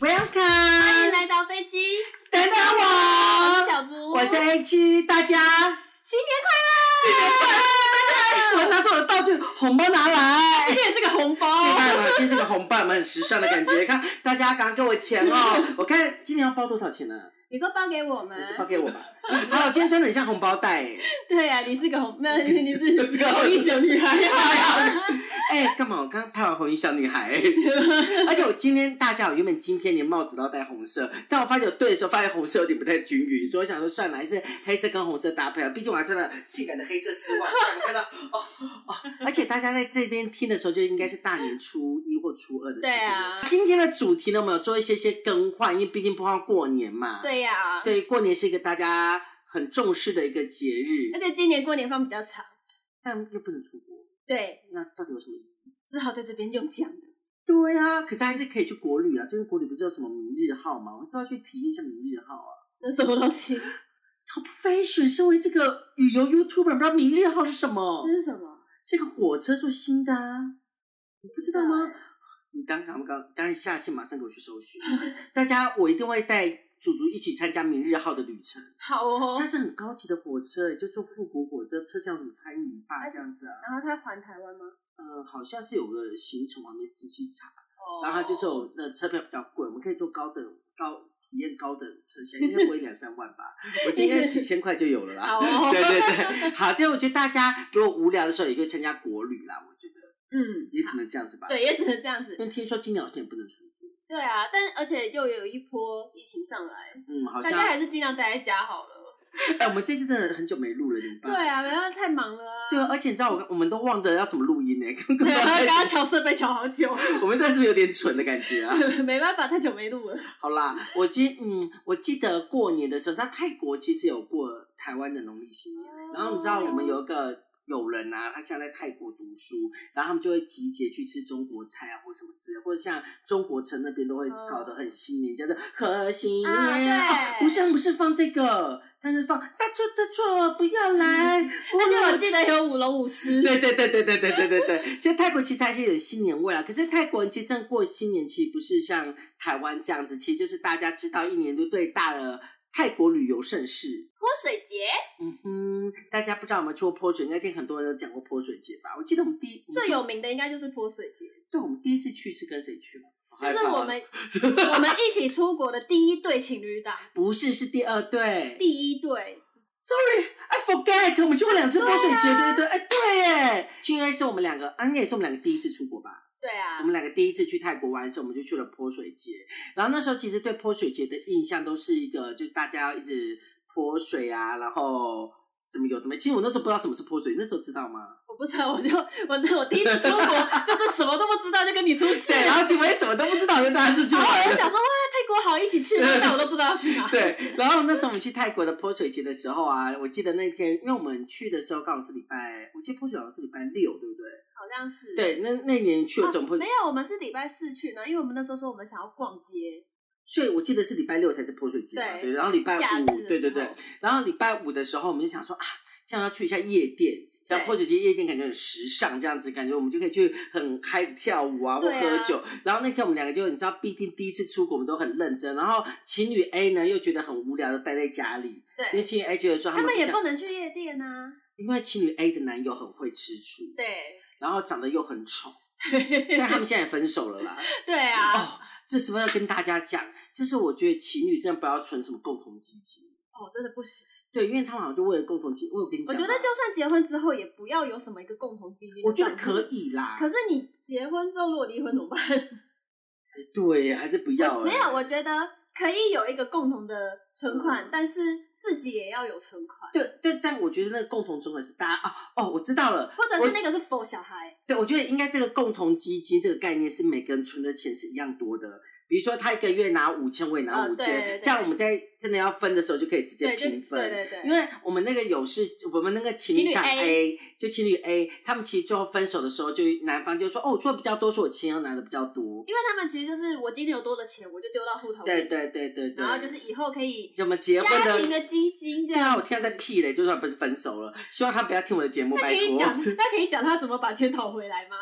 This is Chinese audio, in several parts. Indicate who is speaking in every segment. Speaker 1: 欢迎
Speaker 2: Welcome，
Speaker 1: 来到飞机，
Speaker 2: 等等
Speaker 1: 我
Speaker 2: 我
Speaker 1: 是，小猪，
Speaker 2: 我是 A 七，大家
Speaker 1: 新年
Speaker 2: 新年快乐！
Speaker 1: 快乐，
Speaker 2: 我拿出我的道具，红包拿来。
Speaker 1: 今天也是个红包，
Speaker 2: 厉害了，这是个红包，蛮很时尚的感觉。看大家赶快给我钱 哦！我看今年要包多少钱呢、
Speaker 1: 你说包给我们
Speaker 2: 你，是包给我吧。啊，我今天穿的很像红包袋哎、
Speaker 1: 对呀，你是个 红，没有，你 是
Speaker 2: 不要
Speaker 1: 红衣小女孩呀，
Speaker 2: 哎、干嘛？我刚刚拍完红衣小女 孩、而且我今天大家，我原本今天连帽子都要戴红色，但我发现我对的时候发现红色有点不太均匀，所以我想说算了，还是黑色跟红色搭配啊。毕竟我还穿了性感的黑色丝袜，你看到哦哦。而且大家在这边听的时候，就应该是大年初一或初二的时间。
Speaker 1: 对啊
Speaker 2: 今天的主题呢，我们有做一些些更换，因为毕竟不光过年嘛。。
Speaker 1: 对呀，
Speaker 2: 对，过年是一个大家很重视的一个节
Speaker 1: 而
Speaker 2: 日，
Speaker 1: 且今年过年放比较长，
Speaker 2: 但又不能出国，
Speaker 1: 对，
Speaker 2: 那到底有什么意义？
Speaker 1: 只好在这边用讲的，
Speaker 2: 对啊，可是还是可以去国旅啊，就是国旅不是有什么明日号吗？我就要去体验一下明日号啊。
Speaker 1: 那什么东西？
Speaker 2: 哦好不 fashion，身为这个旅游 YouTuber，不知道明日号是什么
Speaker 1: 这？是什么？
Speaker 2: 是个火车做新的啊，你不知道吗？你刚刚刚刚下线，马上给我去搜寻。大家，我一定会带祖祖一起参加明日号的旅程。
Speaker 1: 好哦
Speaker 2: 它，是很高级的火车，就坐复古火车，车厢有什么餐饮吧这样子啊。
Speaker 1: 然后他还台湾吗？
Speaker 2: 呃，好像是有个行程，我还没仔细查。
Speaker 1: 哦
Speaker 2: 然后它就是有那车票比较贵，我们可以坐高等高体验高等车厢，应该不会两三万吧？我觉得应该几千块就有了啦
Speaker 1: 好。哦，
Speaker 2: 对对对，好，这样我觉得大家如果无聊的时候也可以参加国旅啦，我觉得
Speaker 1: 嗯，
Speaker 2: 也只能这样子吧。，
Speaker 1: 对，也只能这样子
Speaker 2: 因。为听说今年好像也不能出国，
Speaker 1: 对啊，但而且又有一波疫情上来，
Speaker 2: 嗯，好
Speaker 1: 大家
Speaker 2: 像
Speaker 1: 还是尽量待在家好了。
Speaker 2: 哎，我们这次真的很久没录了，怎么办？
Speaker 1: 对啊，然后太忙了啊。
Speaker 2: 嗯对啊，而且你知道我我们都忘了要怎么录音呢， 刚
Speaker 1: 对啊，刚刚
Speaker 2: 刚
Speaker 1: 调设备调好久，
Speaker 2: 我们这是不是有点蠢的感觉啊？
Speaker 1: 没办法，太久没录了。
Speaker 2: 好啦，我记嗯，我记得过年的时候，在泰国其实有过台湾的农历新年。然后你知道我们有一个友人啊，他现在在泰国读书，然后他们就会集结去吃中国菜啊，或什么之类，或者像中国城那边都会搞得很新年，叫做贺新年。
Speaker 1: 哦啊
Speaker 2: 哦
Speaker 1: 对
Speaker 2: 不是不是放这个，但是放大错的错，不要 来。
Speaker 1: 而且
Speaker 2: 我
Speaker 1: 我记得有舞龙舞狮，
Speaker 2: 对对对对对对对对对，其实泰国其实还是有新年味啊。可是泰国人其实真的过新年，其实不是像台湾这样子，其实就是大家知道一年都最大的泰国旅游盛事。
Speaker 1: 泼水节
Speaker 2: 嗯哼，大家不知道有没有去过泼水？应该听很多人都讲过泼水节吧？我记得我们第一我们
Speaker 1: 最有名的应该就是泼水节，
Speaker 2: 对，我们第一次去是跟谁去吗？
Speaker 1: 就
Speaker 2: 好
Speaker 1: 是
Speaker 2: 害怕
Speaker 1: 我
Speaker 2: 啊
Speaker 1: 们 我们一起出国的第一对情侣档，
Speaker 2: 不是是第二对。
Speaker 1: 第一对
Speaker 2: Sorry，I forget，我们去过两次泼水节，
Speaker 1: 啊
Speaker 2: 对对对，哎对耶，就应该是我们两个，啊应该也是我们两个第一次出国吧。
Speaker 1: 对啊
Speaker 2: 我，们两个第一次去泰国玩的时候，我们就去了泼水节。然后那时候其实对泼水节的印象都是一个，就是大家要一直泼水啊，然后什么有的没。其实我那时候不知道什么是泼水，那时候知道吗？
Speaker 1: 我不知道，我就我我第一次出国就是什么都不知道，就跟你出去，
Speaker 2: 对，然后结果也什么都不知道，就大家出去
Speaker 1: 然后我
Speaker 2: 玩
Speaker 1: 就
Speaker 2: 了。
Speaker 1: 想说哇，泰国好一起去，但我都不知道要去哪。
Speaker 2: 对，然后那时候我们去泰国的泼水节的时候啊，我记得那天，因为我们去的时候刚好是礼拜，我记得泼水好像是礼拜六，对不对？
Speaker 1: 好像是。
Speaker 2: 对，那那年去
Speaker 1: 啊
Speaker 2: 我总泼，
Speaker 1: 没有，我们是礼拜四去呢，因为我们那时候说我们想要逛街，
Speaker 2: 所以我记得是礼拜六才是泼水节嘛，
Speaker 1: 对
Speaker 2: 对，然后礼拜
Speaker 1: 假日
Speaker 2: 五
Speaker 1: 的时，候
Speaker 2: 对对对，然后礼拜五的时候，我们就想说啊，这样要去一下夜店，像
Speaker 1: 对
Speaker 2: 泼水节夜店感觉很时尚，这样子感觉我们就可以去很嗨地跳舞啊，或
Speaker 1: 对啊
Speaker 2: 喝酒。然后那天我们两个就你知道，必定第一次出国，我们都很认真。然后情侣 A 呢又觉得很无聊的待在家里，因为
Speaker 1: 对，
Speaker 2: 情侣 A 觉得说
Speaker 1: 他们
Speaker 2: 不
Speaker 1: 也
Speaker 2: 想，
Speaker 1: 不能去夜店啊，
Speaker 2: 因为情侣 A 的男友很会吃醋，
Speaker 1: 对，
Speaker 2: 然后长得又很 丑，但他们现在也分手了啦。
Speaker 1: 对啊，
Speaker 2: 哦，这时候要跟大家讲，就是我觉得情侣真的不要存什么共同基金，
Speaker 1: 哦，真的不行，对
Speaker 2: 对，因为他们好像就为了共同基金，我有跟你
Speaker 1: 我
Speaker 2: 讲吗，
Speaker 1: 觉得就算结婚之后，也不要有什么一个共同基金，
Speaker 2: 我觉得可。以啦，
Speaker 1: 可是你结婚之后，如果离婚怎么办？
Speaker 2: 对，还是不 要了， 欸
Speaker 1: 没有，我觉得可以有一个共同的存款，
Speaker 2: 嗯
Speaker 1: 但是自己也要有存款，
Speaker 2: 对对，但我觉得那个共同存款是大家哦哦，我知道了，
Speaker 1: 或者
Speaker 2: 我
Speaker 1: 是那个是否小孩，
Speaker 2: 对，我觉得应该这个共同基金这个概念是每个人存的钱是一样多的。比如说他一个月拿五千，我也拿
Speaker 1: 啊
Speaker 2: 五
Speaker 1: 对
Speaker 2: 千、
Speaker 1: 对
Speaker 2: 这样我们在真的要分的时候就可以直接
Speaker 1: 对，就
Speaker 2: 平分。
Speaker 1: 对对对，
Speaker 2: 因为我们那个有事，我们那个情
Speaker 1: 情
Speaker 2: 侣
Speaker 1: 侣
Speaker 2: 档
Speaker 1: A
Speaker 2: A, 就情侣 A，他们其实最后分手的时候，就男方就说：“哦，我做的比较多，是我钱要拿的比较多。
Speaker 1: 因为他们其实就是我今天有多的钱，我就丢到户”头里，
Speaker 2: 对对对对对。
Speaker 1: 然后就是以后可以
Speaker 2: 怎么结婚
Speaker 1: 家庭
Speaker 2: 的？
Speaker 1: 的基金这
Speaker 2: 对啊，
Speaker 1: 样
Speaker 2: 我。听到在屁嘞，就算不是分手了，希望他不要听我的节目，
Speaker 1: 那可
Speaker 2: 拜
Speaker 1: 以
Speaker 2: 托。
Speaker 1: 讲，那可以讲他怎么把钱讨回来吗？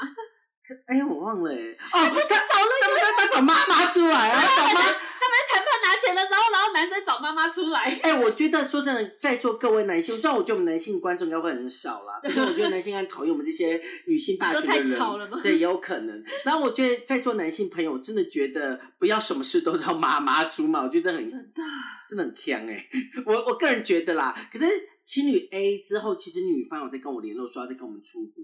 Speaker 2: 哎呀，我忘了、 欸、哦，
Speaker 1: 不 是
Speaker 2: 他
Speaker 1: 找了
Speaker 2: 他他他找妈妈出来啊，找妈。
Speaker 1: 他们谈判拿钱了，然后然后男生找妈妈出来，
Speaker 2: 哎、我觉得说真的，在座各位男性，虽然我觉得我们男性观众应该会很少啦，但是我觉得男性应该讨厌我们这些女性霸
Speaker 1: 都
Speaker 2: 权的
Speaker 1: 太
Speaker 2: 人，
Speaker 1: 吵了吗？
Speaker 2: 对，也有可能。然后我觉得在座男性朋友，我真的觉得不要什么事都叫妈妈出嘛，我觉得很
Speaker 1: 真的，
Speaker 2: 真的很强哎、我我个人觉得啦，可是情侣 A 之后，其实女方有在跟我联络，说要再跟我们出国，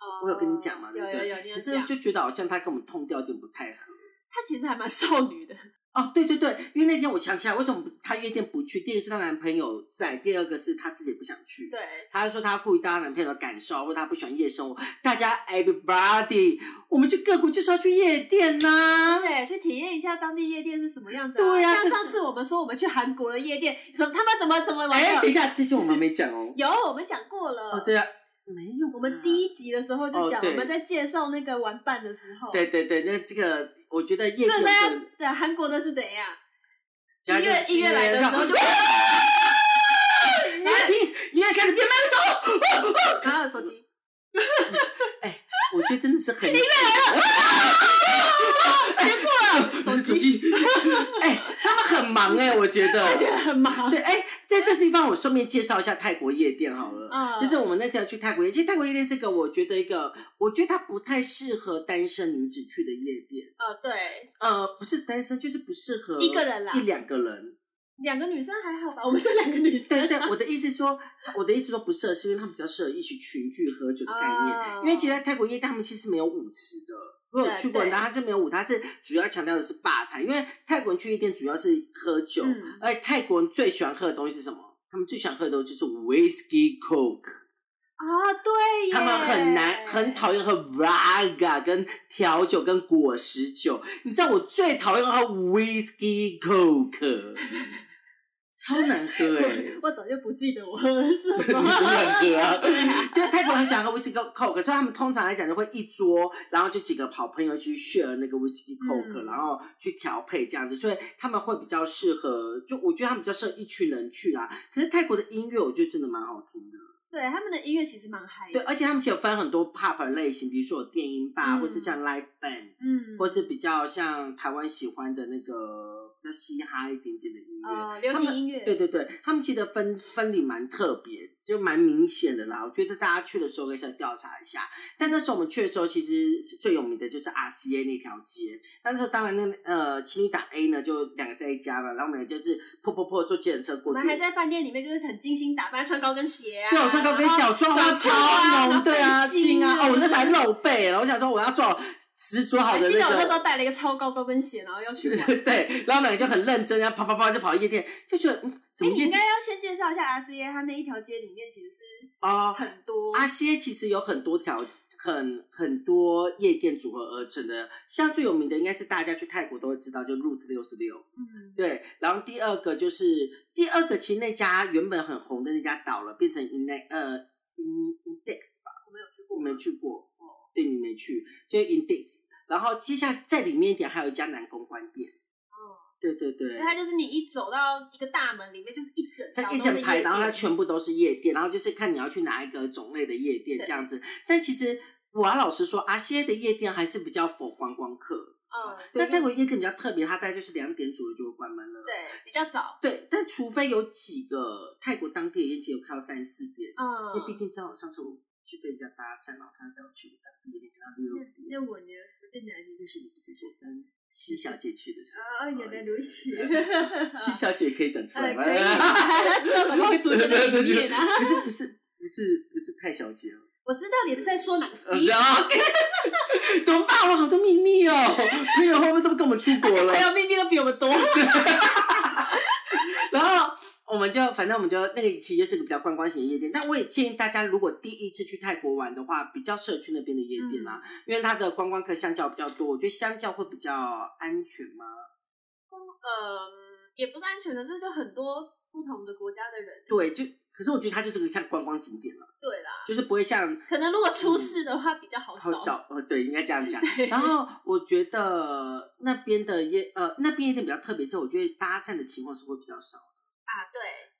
Speaker 2: 哦我有跟你讲嘛，对
Speaker 1: 有
Speaker 2: 不
Speaker 1: 有
Speaker 2: 对？
Speaker 1: 有，你有
Speaker 2: 可是
Speaker 1: 讲。
Speaker 2: 就觉得好像他跟我们痛调有点不太合。
Speaker 1: 她其实还蛮少女的，
Speaker 2: 哦，对对对，因为那天我想起来，为什么她夜店不去？第一个是她男朋友在，第二个是她自己也不想去。
Speaker 1: 对，
Speaker 2: 她说她顾及到她男朋友的感受，或者她不喜欢夜生活。大家 everybody，我们去各国就是要去夜店呐、
Speaker 1: 对，去体验一下当地夜店是什么样子、
Speaker 2: 对啊
Speaker 1: 呀、像
Speaker 2: 这是
Speaker 1: 上次我们说我们去韩国的夜店，怎么他们怎么怎么玩
Speaker 2: 哎，
Speaker 1: 的？
Speaker 2: 等一下，这句我们没讲哦。
Speaker 1: 有，我们讲过了。
Speaker 2: 哦，对啊，没有啊。
Speaker 1: 我们第一集的时候就讲，
Speaker 2: 哦对
Speaker 1: 我们在介绍那个玩伴的时候，
Speaker 2: 啊对对对，那这个我觉得夜
Speaker 1: 这
Speaker 2: 店
Speaker 1: 大家
Speaker 2: 是
Speaker 1: 对韩国的是 怎样？
Speaker 2: 加
Speaker 1: 一
Speaker 2: 进
Speaker 1: 月
Speaker 2: 去
Speaker 1: 一月来的时候 就，
Speaker 2: 然后听，你也开始变慢的时候，
Speaker 1: 拿了手机，
Speaker 2: 我觉得真的是很。
Speaker 1: 啊结束了，手
Speaker 2: 手
Speaker 1: 机，
Speaker 2: 机，哎、他们很忙哎、我觉
Speaker 1: 我觉
Speaker 2: 得。
Speaker 1: 得很忙
Speaker 2: 对，。哎、在这地方我顺便介绍一下泰国夜店好了。
Speaker 1: 嗯
Speaker 2: 就是我们那次要去泰国夜店，其实泰国夜店这个我觉得一个，我觉得它不太适合单身女子去的夜店。
Speaker 1: 呃，对，
Speaker 2: 呃，不是单身，就是不适合
Speaker 1: 一个人啦
Speaker 2: 一两个人。
Speaker 1: 两个女生还好吧？我们这两个女生
Speaker 2: 对对，我的意思说，我的意思说不适合，是因为他们比较适合一起群聚喝酒的概念。
Speaker 1: 啊
Speaker 2: 因为其实在泰国夜店他们其实没有舞池的。如果有去过的，
Speaker 1: 对对
Speaker 2: 他这没有舞，他是主要强调的是吧台，因为泰国人去夜店主要是喝酒，
Speaker 1: 嗯
Speaker 2: 而且泰国人最喜欢喝的东西是什么？他们最喜欢喝的东西就是 whisky coke，
Speaker 1: 啊，对耶，
Speaker 2: 他们很难很讨厌喝 vodka 跟调酒跟果实酒。你知道我最讨厌喝 whisky coke，超难喝哎、欸。
Speaker 1: 我我早就不记 得我喝了 什
Speaker 2: 你真的很喝
Speaker 1: 么。
Speaker 2: 啊！就是泰国人很喜欢喝 whisky coke，所以他们通常来讲就会一桌，然后就几个好朋友去 share 那个 whisky coke，、
Speaker 1: 嗯
Speaker 2: 然后去调配这样子，所以他们会比较适合，就我觉得他们比较适合一群人去啦。可是泰国的音乐我觉得真的蛮好听的，
Speaker 1: 对，他们的音乐其实蛮嗨
Speaker 2: 对，啊
Speaker 1: 的，
Speaker 2: 而且他们其实有分很多 pop 的类型，比如说有电音吧，
Speaker 1: 嗯
Speaker 2: 或是像 live band，
Speaker 1: 嗯，
Speaker 2: 或是比较像台湾喜欢的那个比较嘻哈一点点的音乐。
Speaker 1: 呃流
Speaker 2: 他们
Speaker 1: 行音乐，
Speaker 2: 对对对，他们其实分分离蛮特别，就蛮明显的啦。我觉得大家去的时候可以稍微调查一下。但那时候我们去的时候，其实是最有名的就是 RCA 那条街。但是当然那呃，情侣档 A 呢，就两个在一家了，然后我们两个就是破破破坐计程车
Speaker 1: 我
Speaker 2: 过
Speaker 1: 们
Speaker 2: 去
Speaker 1: 还。在饭店里面就是很精心打扮，穿高跟鞋啊，
Speaker 2: 对，我穿高跟鞋，我妆化超浓，对啊，
Speaker 1: 轻
Speaker 2: 轻啊，哦，我那时候还露背，然后我想说我要做十足好的
Speaker 1: 记得
Speaker 2: 那
Speaker 1: 我那时
Speaker 2: 个
Speaker 1: 候，带了一个超高高跟鞋，然后要去玩。哎、
Speaker 2: 对，然后我们俩就很认真，然后啪啪啪就跑到夜店，就觉得嗯，怎么
Speaker 1: 哎你
Speaker 2: 夜
Speaker 1: 应
Speaker 2: 店
Speaker 1: 该要先介绍一下 RCA，它那一条街里面其实是
Speaker 2: 哦，
Speaker 1: 很多，
Speaker 2: 阿西其实有很多条，很很多夜店组合而成的。像最有名的应该是大家去泰国都会知道，就 Root 六十六。
Speaker 1: 嗯，
Speaker 2: 对，然后第二个就是第二个，其实那家原本很红的那家倒了，变成 Index 呃 In- Index 吧，我没有去过，我没去过。哦，对你没去，就 Index。然后接下来再里面一点还有一家南公关店。
Speaker 1: 哦，
Speaker 2: 对对对
Speaker 1: 所以，它就是你一走到一个大门里面，就是一整条
Speaker 2: 它
Speaker 1: 都
Speaker 2: 一
Speaker 1: 是
Speaker 2: 整排，
Speaker 1: 夜
Speaker 2: 然后它
Speaker 1: 店
Speaker 2: 全部都是夜店，然后就是看你要去哪一个种类的夜店
Speaker 1: 对
Speaker 2: 这样子。但其实我要老实说，阿西的夜店还是比较否观光客。
Speaker 1: 嗯，
Speaker 2: 那
Speaker 1: 对
Speaker 2: 泰国夜店比较特别，它大概就是两点左右就会关门了。
Speaker 1: 对比较早，
Speaker 2: 对，但除非有几个泰国当地的夜店有开到三四点，因为毕
Speaker 1: 嗯，
Speaker 2: 竟正好上次我去被人家搭讪，然后他带我去当地夜店，然后六点，
Speaker 1: 那我呢，我在哪里？
Speaker 2: 就是你就是我跟西小姐去的时候。
Speaker 1: 啊，眼泪流 血，
Speaker 2: 西小姐可以讲出来
Speaker 1: 嗯呃，
Speaker 2: 吗？
Speaker 1: 可以， 这很会出现在里面啊。
Speaker 2: 不是不是不是不是太小姐哦。
Speaker 1: 我知道你在说哪个
Speaker 2: 呃
Speaker 1: C，
Speaker 2: OK，怎么办？我好多秘密哦，朋友会不会都不跟我们出国了
Speaker 1: 还？有秘密都比我们多。
Speaker 2: 然后我们就反正我们就那个其实就是个比较观光型的夜店，但我也建议大家，如果第一次去泰国玩的话，比较适合去那边的夜店
Speaker 1: 嗯
Speaker 2: 啦、因为它的观光客相较比较多，我觉得相较会比较安全嘛。
Speaker 1: 嗯，也不是安全的，这就很多不同的国家的人。
Speaker 2: 对，就可是我觉得它就是个像观光景点了，
Speaker 1: 对啦，
Speaker 2: 就是不会像
Speaker 1: 可能如果出事的话比较好
Speaker 2: 好
Speaker 1: 找。
Speaker 2: 找呃对，应该这样讲。
Speaker 1: 对
Speaker 2: 然后我觉得那边的夜呃那边夜店比较特别，是我觉得搭讪的情况是会比较少。
Speaker 1: 啊，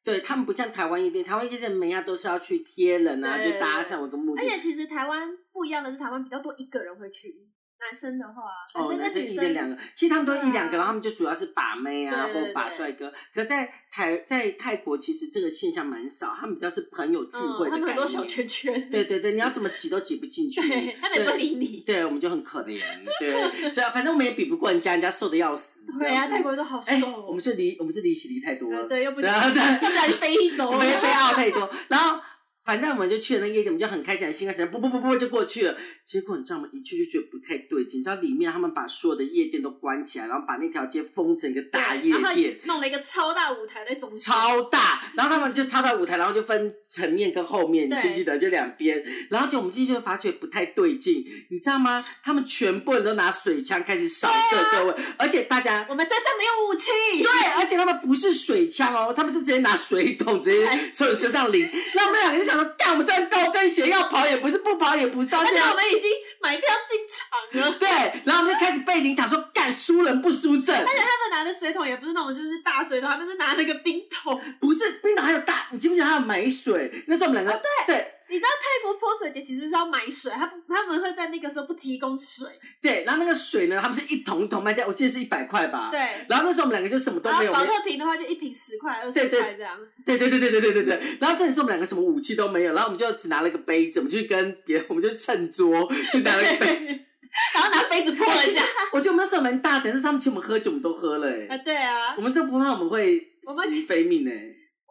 Speaker 1: 对，
Speaker 2: 对他们不像台湾夜店，台湾夜店每样都是要去贴人啊，
Speaker 1: 对
Speaker 2: 就搭上我的目的
Speaker 3: 而。且其实台湾不一样的是，台湾比较多一个人会去，男生的话，
Speaker 2: 哦，
Speaker 3: 男
Speaker 2: 男
Speaker 3: 生跟
Speaker 2: 生一
Speaker 3: 女
Speaker 2: 个
Speaker 3: 生
Speaker 2: 两
Speaker 1: 嗯
Speaker 2: 个，其实他们都
Speaker 3: 对啊
Speaker 2: 一两个，然后他们就主要是把妹啊，
Speaker 1: 对
Speaker 2: 或
Speaker 1: 对
Speaker 2: 者把
Speaker 1: 对
Speaker 2: 帅哥。可在台在泰国，其实这个现象蛮少，他们比较是朋友聚会
Speaker 1: 嗯，他
Speaker 2: 的
Speaker 1: 们
Speaker 2: 概
Speaker 1: 很多小
Speaker 2: 念。
Speaker 1: 圈圈，
Speaker 2: 对对对，你要怎么挤都挤不进去。
Speaker 1: 对，他们也不会
Speaker 2: 对
Speaker 1: 理你。
Speaker 2: 对，我们就很可怜。对，所以啊反正我们也比不过人家，人家瘦的要死。
Speaker 1: 对啊，
Speaker 2: 这样子
Speaker 1: 泰国人都好
Speaker 2: 哎、
Speaker 1: 瘦哦，
Speaker 2: 我们是离我们是离席离太多了
Speaker 1: 呃，对，又不
Speaker 2: 然 后对
Speaker 1: 要不然飞 啊走
Speaker 2: 我
Speaker 1: 了
Speaker 2: 们。也非要太多。然后反正我们就去了那个夜店，我们就很开心，很兴奋，想不不不不就过去了。结果你知道吗？一去就觉得不太对劲，你知道里面他们把所有的夜店都关起来，然后把那条街封成一个大夜
Speaker 1: 然后
Speaker 2: 店。
Speaker 1: 弄了一个超大舞台在中间，
Speaker 2: 超大，然后他们就插到舞台，然后就分前面跟后面，你
Speaker 1: 对
Speaker 2: 记不记得？就两边，然后就我们进去就发觉不太对劲，你知道吗？他们全部人都拿水枪开始扫射
Speaker 1: 啊
Speaker 2: 各位，而且大家
Speaker 1: 我们身上没有武器，
Speaker 2: 对，而且他们不是水枪哦，他们是直接拿水桶直接
Speaker 1: 对
Speaker 2: 从你身上淋。那我们两个就想说，干，我们穿高跟鞋要跑也不是，不跑也不是，
Speaker 1: 而
Speaker 2: 这
Speaker 1: 且我
Speaker 2: 样
Speaker 1: 们已经买票进场了。
Speaker 2: 对。然后我们就开始被领奖说，干，输人不输阵，
Speaker 1: 他们拿的水桶也不是那种就是大水桶，他们是拿那个冰桶。
Speaker 2: 不是冰岛还有大，你记不记得还有买水？那时候我们两个、对
Speaker 1: 你知道泰国泼水节其实是要买水，他不他们会在那个时候不提供水，
Speaker 2: 对，然后那个水呢，他们是一桶一桶卖掉，我记得是一百块吧。。
Speaker 1: 对。啊
Speaker 2: 然后那时候我们两个就什么都
Speaker 1: 然
Speaker 2: 没有，
Speaker 1: 后保特瓶的话就一瓶十块、二
Speaker 2: 对
Speaker 1: 十
Speaker 2: 对
Speaker 1: 块这样。
Speaker 2: 对对对对对对对对。然后这里是我们两个什么武器都没有，然后我们就只拿了个杯子，我们就跟别人，我们就蹭桌，就拿了个杯。
Speaker 1: 然后拿杯子泼一下。
Speaker 2: 我觉得我们那时候蛮大胆，但是他们请我们喝酒，我们都喝了、欸，
Speaker 1: 啊，对啊
Speaker 2: 我，们都不怕我们会
Speaker 1: 我们
Speaker 2: 死非命哎、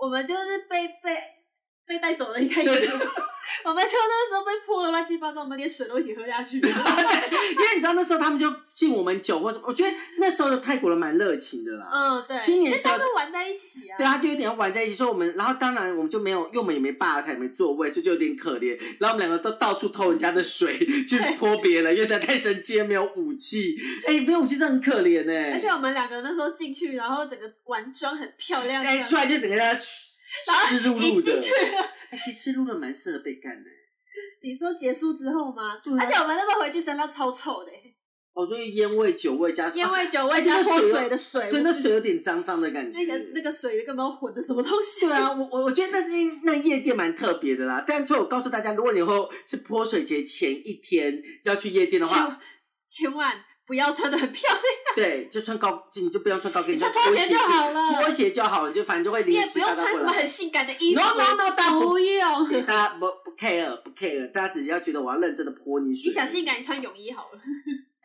Speaker 1: 我们就是被被被带走了，应该也
Speaker 2: 对
Speaker 1: 是。我们就那时候被泼的乱七八糟，我们连水都一起喝下去。
Speaker 2: 因为你知道那时候他们就敬我们酒或什么，我觉得那时候的泰国人蛮热情的啦。
Speaker 1: 嗯，对，
Speaker 2: 新年
Speaker 1: 就
Speaker 2: 时候
Speaker 1: 大家都玩在一起啊。
Speaker 2: 对，他就有点玩在一起，所以我们，然后当然我们就没有，因为我们也没吧台，也没座位，所以就有点可怜。然后我们两个都到处偷人家的水去泼别人，因为实在太生气，没有武器。哎、没有武器真的很可怜哎、
Speaker 1: 而且我们两个那时候进去，然后整个玩妆很漂亮，
Speaker 2: 哎、出来就整个人湿漉漉的
Speaker 1: 一进。去了，
Speaker 2: 哎、其实湿漉漉蛮适合被干的、
Speaker 1: 你说结束之后吗？
Speaker 2: 对啊
Speaker 1: 而且我们那时候回去身上超臭的、
Speaker 2: 哦，就是烟味、酒味加
Speaker 1: 烟味、酒
Speaker 2: 而
Speaker 1: 味
Speaker 2: 且那
Speaker 1: 加
Speaker 2: 啊水
Speaker 1: 泼
Speaker 2: 又
Speaker 1: 水的水，
Speaker 2: 对，
Speaker 1: 我
Speaker 2: 那
Speaker 1: 就
Speaker 2: 水有点脏脏的感觉。
Speaker 1: 那个那个水根本混的什么东西。
Speaker 2: 对啊，我我我觉得那那那夜店蛮特别的啦。但是我告诉大家，如果你以后是泼水节前一天要去夜店的话，
Speaker 1: 千千万不要穿的很漂亮，
Speaker 2: 对，就穿高，就你就不用穿高跟
Speaker 1: 你
Speaker 2: 鞋，
Speaker 1: 穿拖鞋就好了
Speaker 2: 拖鞋就好了，你就反正就会
Speaker 1: 你
Speaker 2: 淋
Speaker 1: 也
Speaker 2: 湿
Speaker 1: 不
Speaker 2: 大
Speaker 1: 用
Speaker 2: 家
Speaker 1: 穿
Speaker 2: 过
Speaker 1: 什么
Speaker 2: 来。
Speaker 1: 很性感的衣服。
Speaker 2: No no no，大家不
Speaker 1: 不用，
Speaker 2: 大家不不 care 不 care，大家只要觉得我要认真的泼你水。
Speaker 1: 你想性感，你穿泳衣好了。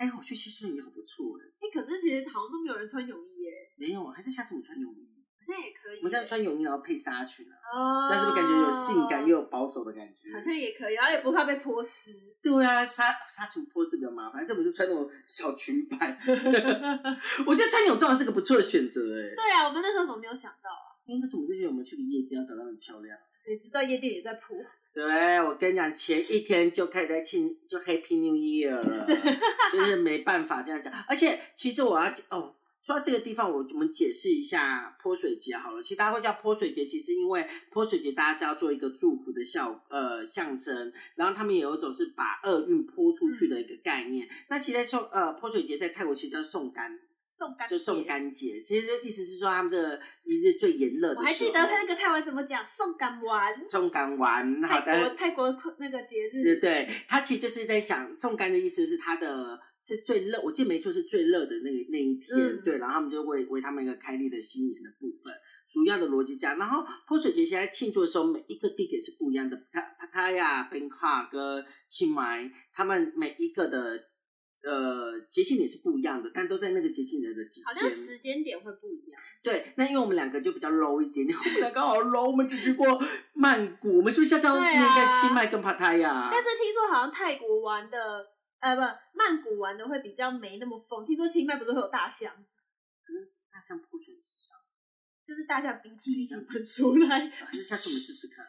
Speaker 2: 哎、我觉得其实你好不错哎、
Speaker 1: 哎、可是其实好像都没有人穿泳衣耶，
Speaker 2: 没有啊，还是下次我穿泳衣，
Speaker 1: 好像也可以耶。
Speaker 2: 我们这样穿泳衣然后配纱裙啊，
Speaker 1: 哦，
Speaker 2: 这样是不是感觉有性感又有保守的感觉？
Speaker 1: 好像也可以，然后也不怕被泼湿。
Speaker 2: 对啊，杀杀主坡是比较麻烦，这我就穿那种小裙摆。我觉得穿泳装是个不错的选择哎、
Speaker 1: 对啊，我们那时候怎么没有想到啊？
Speaker 2: 因为那时候我们就觉得我们去的夜店要打扮得很漂亮。
Speaker 1: 谁知道夜店也在泼？
Speaker 2: 对，我跟你讲，前一天就开始在庆，就 Happy New Year 了，就是没办法这样讲。而且其实我要哦，说到这个地方，我我们解释一下泼水节好了。其实大家会叫泼水节，其实因为泼水节大家是要做一个祝福的效呃象征，然后他们也有一种是把厄运泼出去的一个概念。
Speaker 1: 嗯
Speaker 2: 那其实在送呃泼水节在泰国其实叫送干，
Speaker 1: 送干
Speaker 2: 就送。干节，其实就意思是说他们的一日最炎热的时
Speaker 1: 我
Speaker 2: 候。
Speaker 1: 还记得他那个泰文怎么讲，送干完。
Speaker 2: 送干完，好
Speaker 1: 泰
Speaker 2: 的。
Speaker 1: 国泰国那个节
Speaker 2: 对
Speaker 1: 日，
Speaker 2: 对，他其实就是在讲送干的意思，是他的是最热，我记得没错是最热的那那一天，
Speaker 1: 嗯
Speaker 2: 对，然后他们就为为他们一个开立的新年的部分，主要的逻辑这样。然后泼水节现在庆祝的时候，每一个地点是不一样的，他他呀、宾卡跟清迈，他们每一个的呃节庆也是不一样的，但都在那个节庆的的几天。
Speaker 1: 好像时间点会不一样。
Speaker 2: 对，那因为我们两个就比较 low 一点点，我们两个好 low，我们只去过曼谷，我们是不是下次要
Speaker 1: 对
Speaker 2: 念
Speaker 1: 啊
Speaker 2: 一下清迈跟帕塔啊呀？
Speaker 1: 但是听说好像泰国玩的，呃，不，曼谷玩的会比较没那么疯。听说清迈不是会有大象，
Speaker 2: 大象泼水池上，
Speaker 1: 就是大象鼻涕一起喷出来。
Speaker 2: 还是下次我们试试 看？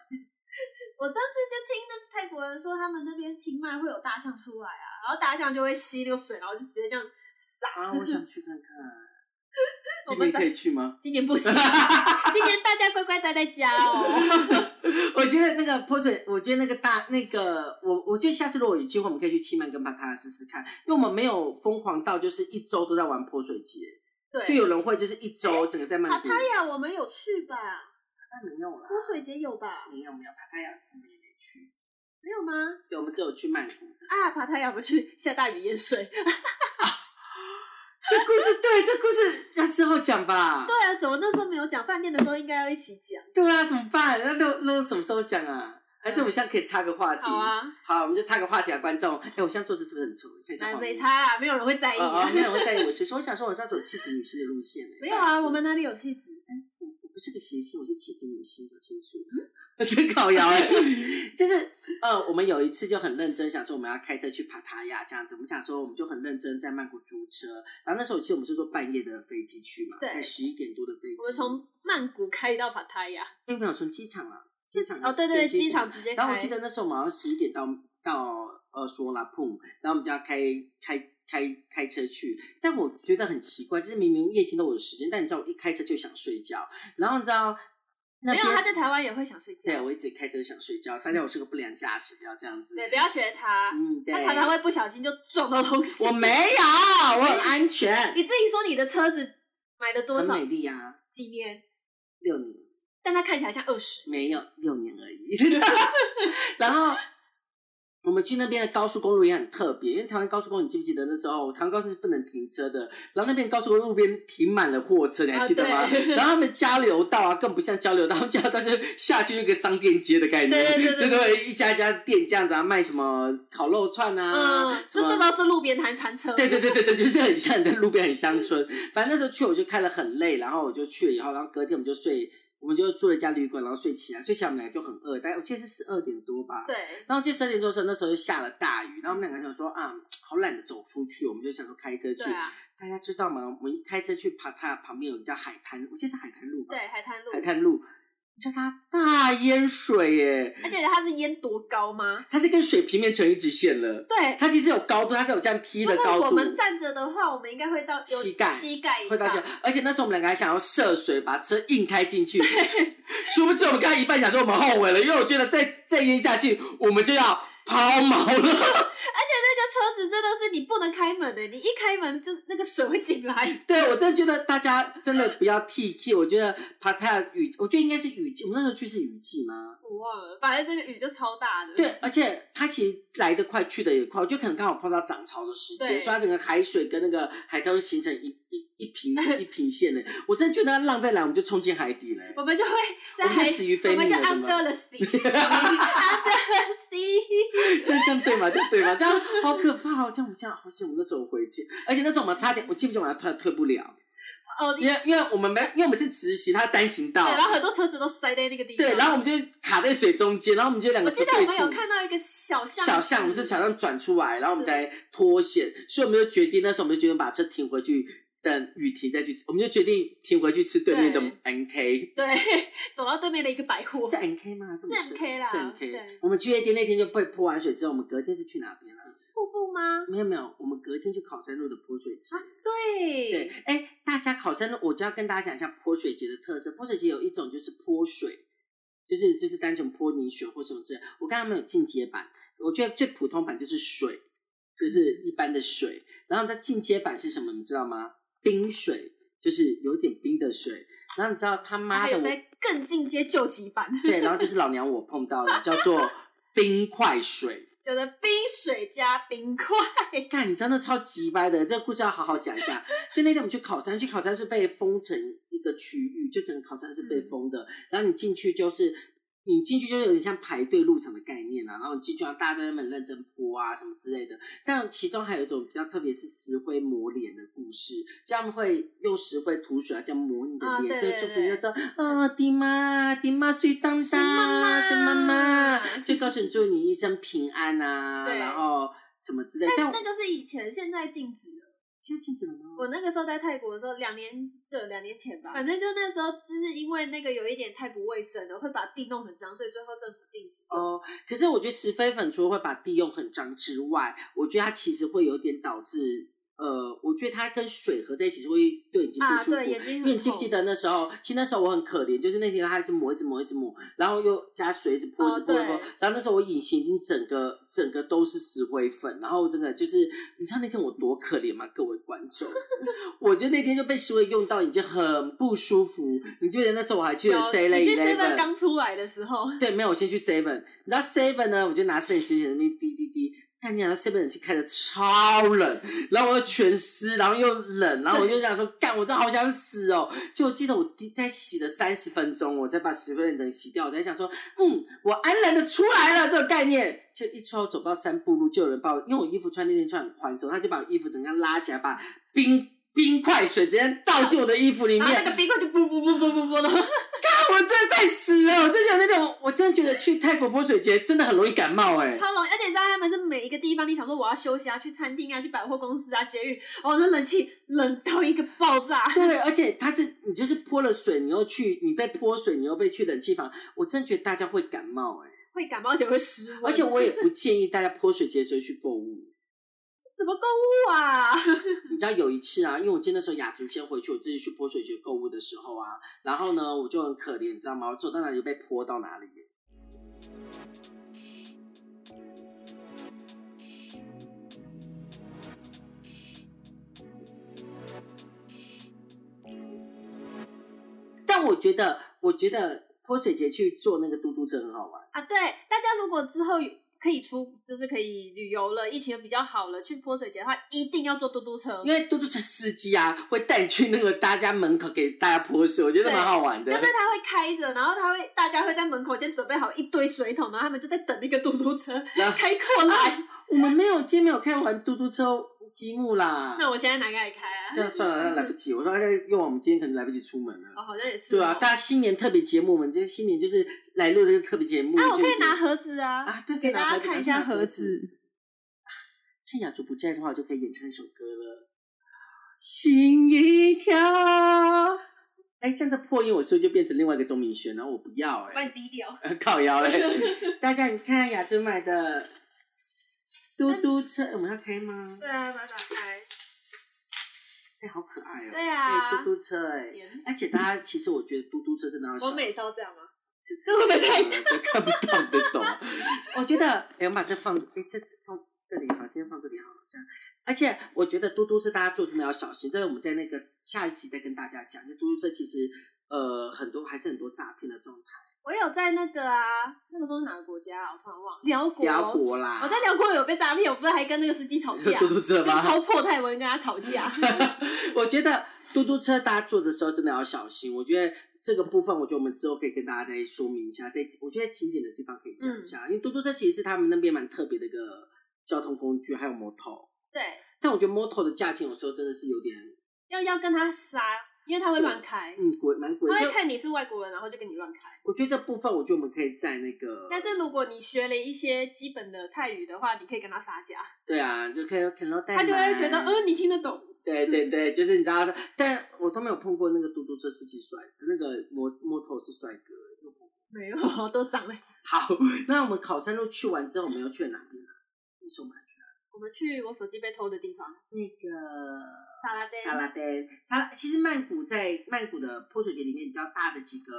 Speaker 1: 我上次就听那泰国人说，他们那边清迈会有大象出来啊，然后大象就会吸溜水，然后就直接这样撒。
Speaker 2: 啊，我想去看 看。
Speaker 1: 我
Speaker 2: 今
Speaker 1: 们
Speaker 2: 年
Speaker 1: 在
Speaker 2: 可以去 吗？
Speaker 1: 今年不行，今年大家乖乖待在家哦。
Speaker 2: 我觉得那个泼水，我觉得那个大那个，我我觉得下次如果有机会，我们可以去七曼跟巴塔试试看，因为我们没有疯狂到就是一周都在玩泼水节，就
Speaker 1: 对，
Speaker 2: 有人会就是一周整个在曼
Speaker 1: 帕
Speaker 2: 谷。
Speaker 1: 塔呀，我们有去吧？
Speaker 2: 那没有啦，
Speaker 1: 泼水节有吧？
Speaker 2: 没有没有，帕塔亚我们也没去，
Speaker 1: 没有吗？
Speaker 2: 对，我们只有去曼谷。
Speaker 1: 啊，爬太阳不去下大雨淹水。
Speaker 2: 这故事对，这故事要之后讲吧。
Speaker 1: 对啊，怎么那时候没有讲？饭店的时候应该要一起讲。
Speaker 2: 对啊，怎么办？那都那什么时候讲啊？还是我们现在可以插个话题？
Speaker 1: 好，啊，
Speaker 2: 我们就插个话题啊，观众。哎，我现在做这是不是很丑？看一下
Speaker 1: 哎，
Speaker 2: 画面
Speaker 1: 没差啦，没有人会在意、啊
Speaker 2: 哦啊哦，没有人会在意我是说，我想说我是要走气质女性的路线欸
Speaker 1: 没有啊，我们哪里有气质？
Speaker 2: 我不是个谐星，我是气质女星，搞清楚。 真搞摇哎、就是呃，我们有一次就很认真想说我们要开车去帕塔亚这样子，我们想说我们就很认真在曼谷租车，然后那时候其实我们是坐半夜的飞机去嘛，
Speaker 1: 对
Speaker 2: 十一点多的飞机，
Speaker 1: 我们从曼谷开到帕塔亚，
Speaker 2: 因为没有从机场啊，机场
Speaker 1: 哦，对对，
Speaker 2: 直接
Speaker 1: 机场直接开。
Speaker 2: 然后我记得那时候我们好像十一点到到呃索拉铺，然后我们就要开开开开车去。但我觉得很奇怪，就是明明夜天都有时间，但你知道我一开车就想睡觉，然后你知道那
Speaker 1: 没有，啊
Speaker 2: 边
Speaker 1: 他在台湾也会想睡觉。
Speaker 2: 对我一直开车想睡觉，大家我是个不良驾驶，不要这样子。
Speaker 1: 对，不要学他，
Speaker 2: 嗯，对，
Speaker 1: 他常常会不小心就撞到东西。
Speaker 2: 我没有，我很安全，
Speaker 1: 你自己说你的车子买了 多
Speaker 2: 很
Speaker 1: 少
Speaker 2: 美丽啊，
Speaker 1: 几年？
Speaker 2: 六年。
Speaker 1: 但它看起来像二十。
Speaker 2: 没有六年而已。 然后我们去那边的高速公路也很特别，因为台湾高速公路，你记不记得那时候台湾高速是不能停车的，然后那边高速公路路边停满了货车，你还记得吗？
Speaker 1: 啊对
Speaker 2: 然后他们交流道啊，更不像交流道，他们交流道就下去一个商店街的概念，
Speaker 1: 对对对对
Speaker 2: 就是会一家一家店这样子啊，卖什么烤肉串啊，
Speaker 1: 嗯，
Speaker 2: 什
Speaker 1: 这
Speaker 2: 么
Speaker 1: 这都是路边摊餐 车。
Speaker 2: 对对对对对，就是很像你在路边很乡村。反正那时候去我就开了很累，然后我就去了以后，然后隔天我们就睡，我们就住了一家旅馆，然后睡起来，睡起来我们俩就很饿，大概我记得是十二点多吧。
Speaker 1: 对
Speaker 2: 然后就十二点多的时候，那时候就下了大雨，然后我们两个想说啊，好懒得走出去，我们就想说开车去。
Speaker 1: 对啊，
Speaker 2: 大家知道吗？我们一开车去帕塔旁边有一条海滩，我记得是海滩路吧？
Speaker 1: 对，海滩路
Speaker 2: 海，滩路，你知道它大淹水耶，
Speaker 1: 而且它是淹多高吗？
Speaker 2: 它是跟水平面成一直线了。
Speaker 1: 对，
Speaker 2: 它其实有高度，它是有这样踢的
Speaker 1: 如
Speaker 2: 高度。
Speaker 1: 果我们站着的话，我们应该会到有
Speaker 2: 膝盖
Speaker 1: 膝盖以
Speaker 2: 会
Speaker 1: 上
Speaker 2: 到。现在，而且那时候我们两个还想要涉水，把车硬开进去。 殊不知我们开一半，想说我们后悔了，因为我觉得再再淹下去，我们就要抛锚了。
Speaker 1: 那个车子真的是你不能开门欸的，你一开门就那个水会进来。
Speaker 2: 对我真的觉得大家真的不要 T K，我觉得帕塔雨，我觉得应该是雨季，我们那时候去是雨季吗？
Speaker 1: 我忘了，反正那个雨就超大的。
Speaker 2: 对，而且它其实来得快，去得也快，我觉得可能刚好碰到涨潮的时间，所
Speaker 1: 对
Speaker 2: 以它整个海水跟那个海涛形成一一一 平一平线的。我真的觉得浪再来，我们就冲进海底了。
Speaker 1: 我们就会在
Speaker 2: 我们
Speaker 1: 海，
Speaker 2: 就死于非
Speaker 1: 我
Speaker 2: 命
Speaker 1: 们就
Speaker 2: 了，对吗
Speaker 1: under the sea，under the sea。
Speaker 2: 这样这样对吗？这样对吗？这样好可怕哦！这样我们这样好险，我们那时候回去，而且那时候我们差点，我记不记得我们退退不了，
Speaker 1: 哦，你
Speaker 2: 因为因为我们没，因为我们是直行，它单行道
Speaker 1: 对，，然后很多车子都塞在那个地方。
Speaker 2: 对，然后我们就卡在水中间，然后嗯我们就两
Speaker 1: 我
Speaker 2: 个不
Speaker 1: 记
Speaker 2: 对
Speaker 1: 得我们
Speaker 2: 劲
Speaker 1: 有看到一个小巷，
Speaker 2: 小巷，我们是小巷转出来，然后我们才脱险，所以我们就决定那时候我们就决定把车停回去，等雨停再去，我们就决定停回去吃对面的
Speaker 1: 对
Speaker 2: NK。
Speaker 1: 对，走到对面的一个百货，
Speaker 2: 是 N K 吗？这么
Speaker 1: 是 NK 啦
Speaker 2: 是 N K
Speaker 1: 对。
Speaker 2: 我们去夜店那天就被泼完水之后，我们隔天是去哪边啊？
Speaker 1: 瀑布吗？
Speaker 2: 没有没有，我们隔天去考山路的泼水节。
Speaker 1: 啊，对，
Speaker 2: 对，哎，大家考山路，我就要跟大家讲一下泼水节的特色。泼水节有一种就是泼水，就是就是单纯泼泥水或什么之类。我刚刚没有进阶版，我觉得最普通版就是水，就是一般的水。然后它进阶版是什么，你知道吗？冰水，就是有点冰的水。然后你知道他妈
Speaker 1: 还
Speaker 2: 的
Speaker 1: 有
Speaker 2: 我，
Speaker 1: 在更进阶救急版，
Speaker 2: 对，然后就是老娘我碰到了，叫做冰块水。
Speaker 1: 叫做冰水加冰块，
Speaker 2: 看，你真的超级掰的，这个故事要好好讲一下。就那天我们去考山，去考山是被封成一个区域，就整个考山是
Speaker 1: 嗯
Speaker 2: 被封的。然后你进去就是，你进去就有点像排队入场的概念啊。然后你进去啊，大家都在那边认真泼啊什么之类的。但其中还有一种比较特别是石灰抹脸的故事，就他们会用石灰涂水啊，这样抹你的
Speaker 1: 啊
Speaker 2: 脸，
Speaker 1: 对
Speaker 2: 就
Speaker 1: 对
Speaker 2: 祝福你就知道啊，爹妈，爹妈睡当当，
Speaker 1: 是妈妈
Speaker 2: 是妈妈，就告诉你祝你一生平安啊，
Speaker 1: 对
Speaker 2: 然后。什么之类，但
Speaker 1: 但
Speaker 2: 我
Speaker 1: 是那个是以前，现在禁止了。
Speaker 2: 现在禁止了吗？
Speaker 1: 我那个时候在泰国的时候，两年对两年前吧，反正就那时候就是因为那个有一点太不卫生了，会把地弄很脏，所以最后政府禁止。
Speaker 2: 哦，可是我觉得石飞粉除了会把地用很脏之外，我觉得它其实会有点导致呃，我觉得它跟水合在一起就会对眼睛不
Speaker 1: 啊，
Speaker 2: 舒服。
Speaker 1: 对，眼睛
Speaker 2: 因
Speaker 1: 很
Speaker 2: 为你记不
Speaker 1: 痛
Speaker 2: 记得那时候？其实那时候我很可怜，就是那天它一直抹，一直抹，一直抹，然后又加水一直泼，一
Speaker 1: 哦
Speaker 2: 直泼，一直泼
Speaker 1: 对。
Speaker 2: 然后那时候我隐形已经整个整个都是石灰粉，然后真的就是，你知道那天我多可怜吗？各位观众， 我觉得那天就被石灰用到已经很不舒服。你记得那时候我还去了
Speaker 1: 有
Speaker 2: C 类
Speaker 1: 你
Speaker 2: e
Speaker 1: 去 seven
Speaker 2: v
Speaker 1: 刚出来的时候，
Speaker 2: 对，没有，我先去 seven，然后 seven 呢，我就拿摄影师那边滴滴滴，看见 seven 是开的超冷，然后我又全湿，然后又冷，然后我就想说，干，我真的好想死哦！就我记得我滴在洗了三十分钟，我才把十分整洗掉，我在想说，嗯，我安然的出来了这个概念。就一出来，我走不到三步路，就有人把我，因为我衣服穿那天穿很宽松，他就把我衣服整个拉起来，把冰冰块水直接倒进我的衣服里
Speaker 1: 然
Speaker 2: 面
Speaker 1: 后，那个冰块就啵啵啵啵啵啵的，
Speaker 2: 我真的快死了！我就想那种，我真的觉得去泰国泼水节真的很容易感冒哎、
Speaker 1: 超冷。而且你知道他们是每一个地方，你想说我要休息啊，去餐厅啊，去百货公司啊，节日，哦，那冷气冷到一个爆炸。
Speaker 2: 对，而且它是你就是泼了水，你又去，你被泼水，你又被去冷气房，我真的觉得大家会感冒哎、
Speaker 1: 会感冒，而且会失温。
Speaker 2: 而且我也不建议大家泼水节的时候去购物。
Speaker 1: 怎么购物啊？
Speaker 2: 你知道有一次啊，因为我记得那时候雅竹先回去，我自己去泼水节购物的时候啊，然后呢我就很可怜，你知道吗？我走到哪里就被泼到哪里耶。但我觉得，我觉得泼水节去坐那个嘟嘟车很好玩。
Speaker 1: 啊，对，大家如果之后可以出，就是可以旅游了，疫情比较好了，去泼水节的话，一定要坐嘟嘟车，
Speaker 2: 因为嘟嘟车司机啊，会带你去那个大家门口给大家泼水，我觉得蛮好玩的。
Speaker 1: 就是他会开着，然后他会，大家会在门口先准备好一堆水桶，然后他们就在等那个嘟嘟车
Speaker 2: 然后
Speaker 1: 开过来。
Speaker 2: 我们没有今天没有开玩嘟嘟车积木 啦。
Speaker 1: 那我现在哪个来开啊？
Speaker 2: 这样算了，那来不及。我说那用完，我们今天可能来不及出门了。
Speaker 1: 哦，好像也 是哦。
Speaker 2: 对啊，大家新年特别节目，我们今天新年就是来录这个特别节目。
Speaker 1: 啊，我
Speaker 2: 就
Speaker 1: 可以拿盒子啊，
Speaker 2: 啊，对，可以
Speaker 1: 给
Speaker 2: 拿
Speaker 1: 大
Speaker 2: 盒
Speaker 1: 家
Speaker 2: 子
Speaker 1: 看一下盒。
Speaker 2: 拿
Speaker 1: 子。
Speaker 2: 趁雅竹不在的话，我就可以演唱一首歌了。心一跳。哎，这样的破音，我是不是就变成另外一个钟明轩？然后我不要哎、
Speaker 1: 帮你低调。
Speaker 2: 靠腰 嘞。大家你看雅芝买的嘟嘟车，我们要开吗？
Speaker 1: 对啊，把它打开。
Speaker 2: 哎、好可爱哦、
Speaker 1: 对
Speaker 2: 哎
Speaker 1: 啊
Speaker 2: 嘟嘟车哎、而且大家其实我觉得嘟嘟车真的要小
Speaker 1: 我每次都这样吗？
Speaker 2: 这
Speaker 1: 这会不会太
Speaker 2: 大？看不到你的手。我觉得，哎、我们把这放，哎、这这放这里好，今天放这里好，这样。而且我觉得嘟嘟车大家坐真的要小心，这个我们在那个下一集再跟大家讲。就嘟嘟车其实呃很多还是很多诈骗的状态，
Speaker 1: 我有在那个啊，那个时候是哪个国家啊？我突然忘了，辽国。
Speaker 2: 辽国啦。
Speaker 1: 我在辽国有被诈骗，我不是还跟那个司机吵 架，
Speaker 2: 嘟嘟车
Speaker 1: 用
Speaker 2: 吗？
Speaker 1: 超破泰文跟他吵架。
Speaker 2: 我觉得嘟嘟车大家坐的时候真的要小心。我觉得这个部分，我觉得我们之后可以跟大家再说明一下，在我觉得在景点的地方可以讲一
Speaker 1: 嗯
Speaker 2: 下，因为嘟嘟车其实是他们那边蛮特别的一个交通工具，还有摩托。
Speaker 1: 对，
Speaker 2: 但我
Speaker 1: 嗯
Speaker 2: 觉得摩托的价钱有时候真的是有点
Speaker 1: 要要跟他杀，因为他会乱开，
Speaker 2: 嗯贵，蛮贵。
Speaker 1: 他会
Speaker 2: 但
Speaker 1: 看你是外国人，然后就跟你乱开。
Speaker 2: 我觉得这部分，我觉得我们可以在那个，
Speaker 1: 但是如果你学了一些基本的泰语的话，你可以跟他杀价，
Speaker 2: 对啊，就可以啃到带。
Speaker 1: 他就会觉得，嗯，你听得懂。
Speaker 2: 对对对，就是你知道，但我都没有碰过那个嘟嘟车司机帅，那个摩摩托是帅哥。
Speaker 1: 没有， 都长了。
Speaker 2: 好，那我们考山路去完之后，我们要去哪边啊？你说我们要去哪
Speaker 1: 我们去我手机被偷的地方，
Speaker 2: 那个
Speaker 1: 沙拉店。
Speaker 2: 沙拉丹，沙拉其实曼谷在曼谷的泼水节里面比较大的几个